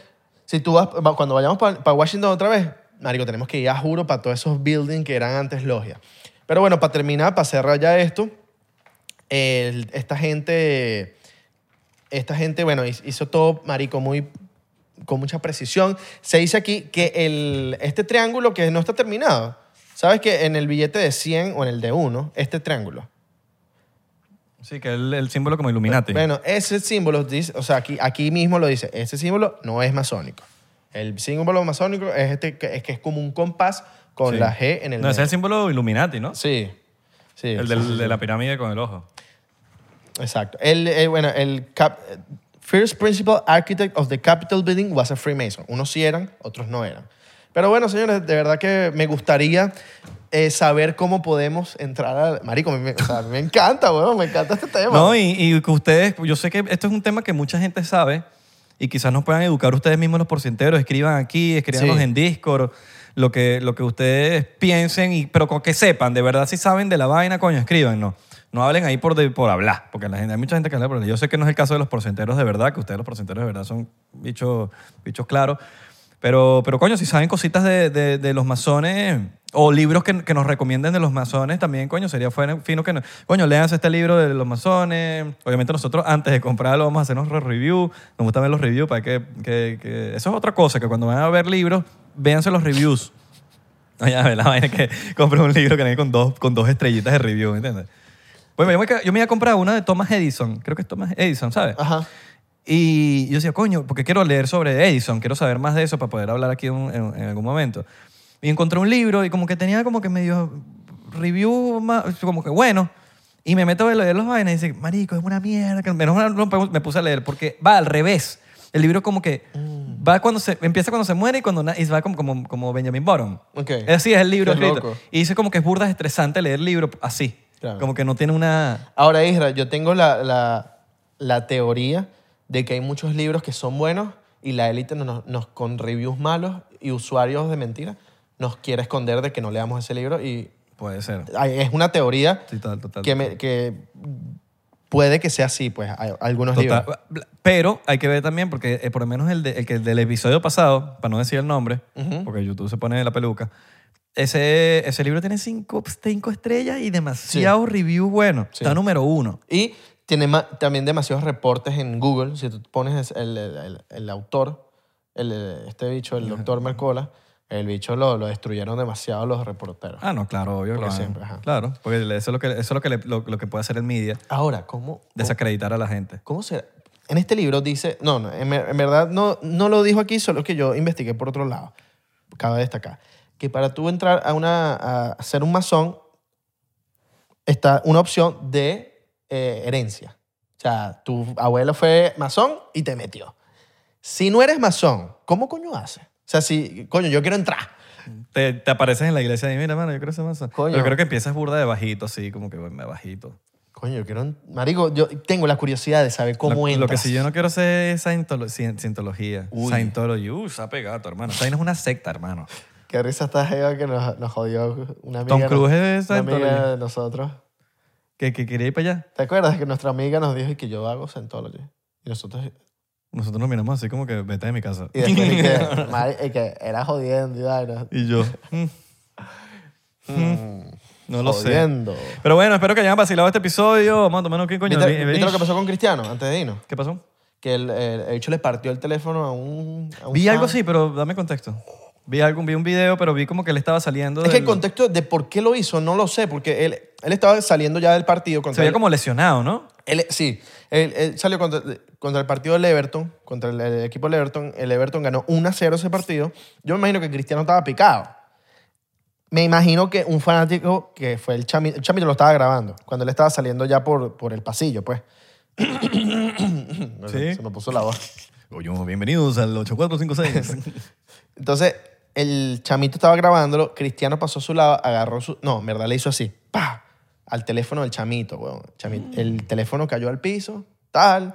A: si tú vas, va- cuando vayamos para Washington otra vez, Marico, tenemos que ir a juro para todos esos buildings que eran antes logias. Pero bueno, para terminar, para cerrar ya esto, el- esta gente, esta gente, bueno, hi- hizo todo, Marico, muy con mucha precisión. Se dice aquí que el, este triángulo que no está terminado, ¿sabes que en el billete de 100 o en el de 1, este triángulo?
B: Sí, que el, el símbolo como Illuminati.
A: Bueno, ese símbolo, dice, o sea, aquí, aquí mismo lo dice, ese símbolo no es masónico. El símbolo masónico es este que es, que es como un compás con
B: Sí.
A: la G en el
B: No, ese es el
A: medio.
B: símbolo Illuminati, ¿no?
A: Sí, sí.
B: El
A: sí, sí,
B: del-
A: sí.
B: de la pirámide con el ojo.
A: Exacto. El, eh, bueno, el cap- first principal architect of the Capitol building was a Freemason. Unos sí eran, otros no eran. Pero bueno, señores, de verdad que me gustaría eh, saber cómo podemos entrar al... Marico, me, o sea, me encanta, weón, me encanta este tema.
B: No, y, y que ustedes, yo sé que esto es un tema que mucha gente sabe y quizás nos puedan educar ustedes mismos los porcenteros. Escriban aquí, escríbanos
A: Sí.
B: en Discord, lo que, lo que ustedes piensen, y, pero con que sepan, de verdad, si saben de la vaina, coño, escriban, no. No hablen ahí por, de- por hablar, porque la gente, hay mucha gente que habla por hablar. Yo sé que no es el caso de los porcenteros de verdad, que ustedes los porcenteros de verdad son bichos, bichos claros. Pero, pero coño, si saben cositas de, de- de los masones o libros que, que nos recomienden de los masones también, coño, sería fue- fino que... no- Coño, léanse este libro de los masones. Obviamente nosotros antes de comprarlo vamos a hacernos review. Nos gustan ver los reviews para que, que- que- Eso es otra cosa, que cuando van a ver libros, véanse los reviews. No, ya ves, la vaina es que compré un libro que viene con dos, con dos estrellitas de review, ¿me entiendes? Bueno, yo me, yo me iba a comprar una de Thomas Edison. Creo que es Thomas Edison, ¿sabes?
A: Ajá.
B: Y yo decía, coño, porque quiero leer sobre Edison, quiero saber más de eso para poder hablar aquí un- en, en algún momento. Y encontré un libro y como que tenía como que medio review, más- como que bueno. Y me meto a leer los vainas y dice, marico, es una mierda. que Menos mal no me puse a leer porque va al revés. El libro como que
A: Mm.
B: va cuando se, empieza cuando se muere y, cuando, na- y va como, como, como Benjamin Button.
A: Ok.
B: Es Así es el libro
A: Qué
B: escrito.
A: loco.
B: Y dice como que es burda es estresante leer el libro así.
A: Claro.
B: Como que no tiene una...
A: Ahora, Isra, yo tengo la, la- la teoría de que hay muchos libros que son buenos y la élite nos, nos- con reviews malos y usuarios de mentira nos quiere esconder de que no leamos ese libro y
B: Puede ser.
A: ay, es una teoría
B: Total, total.
A: que, me- que puede que sea así, pues, hay algunos
B: Total.
A: libros.
B: Pero hay que ver también, porque eh, por lo menos el, de- el que del episodio pasado, para no decir el nombre, porque YouTube se pone la peluca, ese, ese libro tiene cinco, cinco estrellas y demasiados reviews buenos.
A: Sí.
B: Está número uno.
A: Y tiene ma- también demasiados reportes en Google. Si tú pones el, el- el- el autor, el- este bicho, el doctor Mercola, el bicho lo, lo destruyeron demasiado los reporteros.
B: Ah, no, claro, obvio.
A: Porque
B: claro.
A: siempre, ajá. Oh.
B: Claro, porque eso es lo que, eso es lo que, le- lo- lo que puede hacer el media,
A: Ahora, ¿cómo?
B: desacreditar a la gente.
A: ¿Cómo será? En este libro dice, no, no en, ver- en verdad no, no lo dijo aquí, solo que yo investigué por otro lado. Cabe destacar que para tú entrar a, una, a ser un masón está una opción de eh, herencia. O sea, tu abuelo fue masón y te metió. Si no eres masón, ¿cómo coño haces? O sea, si, coño, yo quiero entrar.
B: Te, te apareces en la iglesia y mira, mano, yo creo esa masa.
A: Coño.
B: Pero creo que empiezas burda de bajito, así, como que bueno, bajito.
A: Coño, yo quiero. en- Marico, yo tengo la curiosidad de saber cómo
B: lo,
A: entras.
B: Lo que sí yo no quiero hacer es Scientolo- Scien- Cientología.
A: Uy.
B: Scientology. Uh, se ha pegado, hermano. Esa vaina es una secta, hermano.
A: Qué risa esta jeva que nos, nos jodió una amiga.
B: Tom Cruise es
A: una
B: Scientology.
A: amiga de nosotros.
B: Que, que quería ir para allá.
A: ¿Te acuerdas que nuestra amiga nos dijo que yo hago Scientology? Y nosotros.
B: Nosotros nos miramos así como que vete de mi casa.
A: Y después y que, mari- y que era jodiendo y vaina.
B: Y yo. mm, mm, no lo sé.
A: jodiendo.
B: Pero bueno, espero que hayan vacilado este episodio. Vamos a tomarnos qué coño.
A: ¿Viste,
B: El- el-
A: viste lo que pasó con Cristiano antes de irnos?
B: ¿Qué pasó?
A: Que el, el- el bicho le partió el teléfono a un. a un
B: Vi
A: fan.
B: algo así, pero dame contexto. Vi, algo, vi un video, pero vi como que él estaba saliendo.
A: Es que el
B: del-
A: contexto de por qué lo hizo no lo sé, porque él, él estaba saliendo ya del partido
B: Se
A: contra
B: veía
A: el-
B: como lesionado, ¿no?
A: Él- sí, él, él salió contra, contra el partido del Everton, contra el, el equipo del Everton. El Everton ganó 1-0 ese partido. Yo me imagino que Cristiano estaba picado. Me imagino que un fanático que fue el Chamito, el Chamito lo estaba grabando, cuando él estaba saliendo ya por, por el pasillo, pues.
B: Sí.
A: Se me puso la voz.
B: Oye, bienvenidos al 8456.
A: Entonces, el Chamito estaba grabándolo, Cristiano pasó a su lado, agarró su... No, en verdad le hizo así, pa Al teléfono del Chamito, weón. Chami- El teléfono cayó al piso, tal.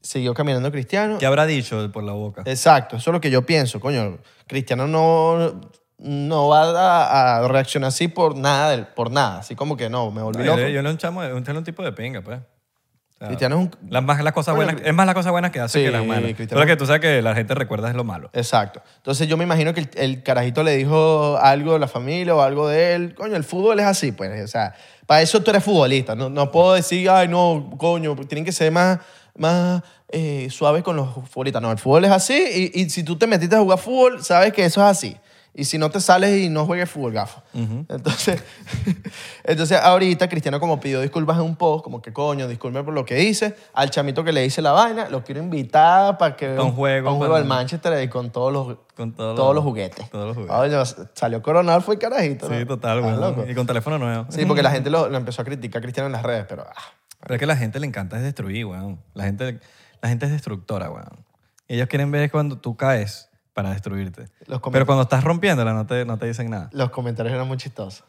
A: Siguió caminando Cristiano.
B: ¿Qué habrá dicho por la boca?
A: Exacto, eso es lo que yo pienso, coño. Cristiano no, no va a, a reaccionar así por nada, del- por nada, así como que no, me volví
B: Yo
A: loco.
B: yo era un chamo, un, era un tipo de pinga, pues. O sea,
A: Cristiano es un...
B: las más, las cosas
A: Bueno,
B: buenas,
A: Cri-
B: es más las cosas buenas que hace
A: Sí,
B: que las malas.
A: Cristiano.
B: Solo que tú sabes que la gente recuerda es lo malo.
A: Exacto. Entonces yo me imagino que el, el carajito le dijo algo de la familia o algo de él. Coño, el fútbol es así, pues. O sea, para eso tú eres futbolista. No, no puedo decir, ay, no, coño, tienen que ser más, más eh, suaves con los futbolistas. No, el fútbol es así y, y si tú te metiste a jugar fútbol, sabes que eso es así. Y si no te sales y no juegues fútbol, gafo. Entonces, entonces, ahorita Cristiano como pidió disculpas en un post, como que coño, disculpe por lo que hice, al chamito que le hice la vaina, lo quiero invitar para que...
B: Pa' un juego,
A: pa' un juego
B: para-
A: del Manchester y con todos los,
B: Con todos
A: todos
B: los-
A: los juguetes. Ah,
B: todos los juguetes.
A: Oye, salió coronado, fue el carajito.
B: Sí,
A: ¿no?
B: total,
A: Estás
B: güey.
A: loco.
B: Y con teléfono nuevo.
A: Sí, pues. porque la gente lo, lo empezó a criticar a Cristiano en las redes, pero ah,
B: Pero es que a la gente le encanta es destruir, weón. La gente, la gente es destructora, weón. Y ellos quieren ver cuando tú caes para destruirte.
A: Los comen-
B: Pero cuando estás rompiéndola no te, no te dicen nada.
A: los comentarios eran muy chistosos.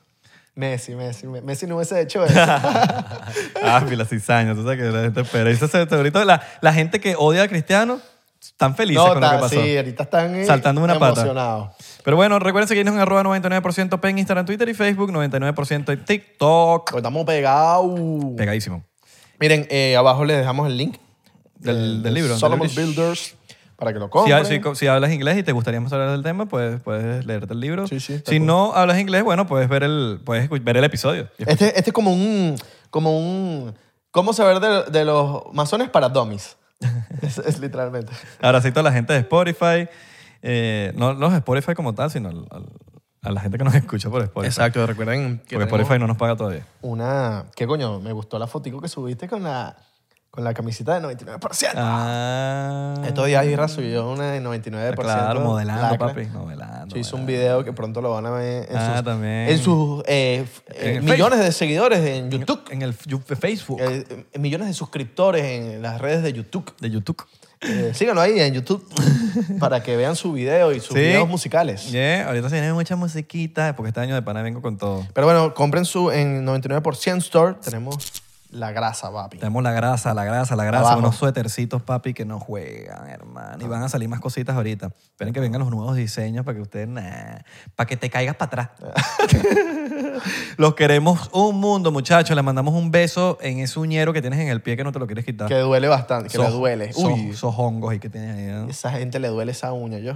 A: Messi, Messi, Me- Messi no hubiese hecho eso.
B: ah, y la cizaña, tú sabes que la gente espera. Y eso se- ahorita la, la gente que odia a Cristiano están felices
A: no,
B: con
A: ta-
B: lo que pasó.
A: sí, ahorita están eh,
B: Saltando una pata.
A: emocionados.
B: Pero bueno, recuerden seguirnos en arroba 99% P en Instagram, Twitter y Facebook, 99% en TikTok.
A: Porque estamos pegados.
B: Pegadísimo.
A: Miren, eh, abajo les dejamos el link
B: Del, del libro.
A: Solomon
B: del libro.
A: Builders para que lo
B: Si,
A: compren.
B: si- si hablas inglés y te gustaría más hablar del tema, pues puedes leerte el libro.
A: Sí, sí, está
B: si
A: cool.
B: no hablas inglés, bueno, puedes ver el, puedes escu- ver el episodio.
A: Este, este es como un, como un, cómo saber de, de los masones para dummies. es, es literalmente.
B: Abracito a la gente de Spotify. eh, no los de Spotify como tal, sino al- al- a la gente que nos escucha por Spotify.
A: recuerden
B: Porque Spotify no nos paga todavía.
A: una, ¿qué coño? Me gustó la fotico que subiste con la, con la camiseta de 99%.
B: Ah.
A: Estos días Isra subió una de 99%.
B: Claro, modelando,
A: lacra.
B: papi. Modelando.
A: Yo hice un
B: modelando.
A: video que pronto lo van a ver en
B: Ah,
A: sus,
B: también.
A: en sus eh, f-
B: En
A: eh,
B: el
A: millones de seguidores en YouTube,
B: En el yu- Facebook.
A: eh, eh, millones de suscriptores en las redes de YouTube.
B: de YouTube.
A: Eh, síganlo ahí en YouTube para que vean su video y sus
B: Sí.
A: videos musicales.
B: Yeah, ahorita se viene mucha musiquita porque este año de pana vengo con todo.
A: Pero bueno, compren su en 99% Store. Tenemos la grasa, papi.
B: Tenemos la grasa, la grasa, la grasa,
A: Abajo.
B: unos suétercitos, papi, que no juegan, hermano. Y van a salir más cositas ahorita. Esperen que vengan los nuevos diseños para que ustedes, nah, para que te caigas para atrás. los queremos un mundo, muchachos. Les mandamos un beso en ese uñero que tienes en el pie que no te lo quieres quitar.
A: Que duele bastante, que
B: Esos-
A: le duele.
B: esos-
A: Uy,
B: Esos hongos ahí que tienes ahí. ¿no?
A: esa gente le duele esa uña, yo.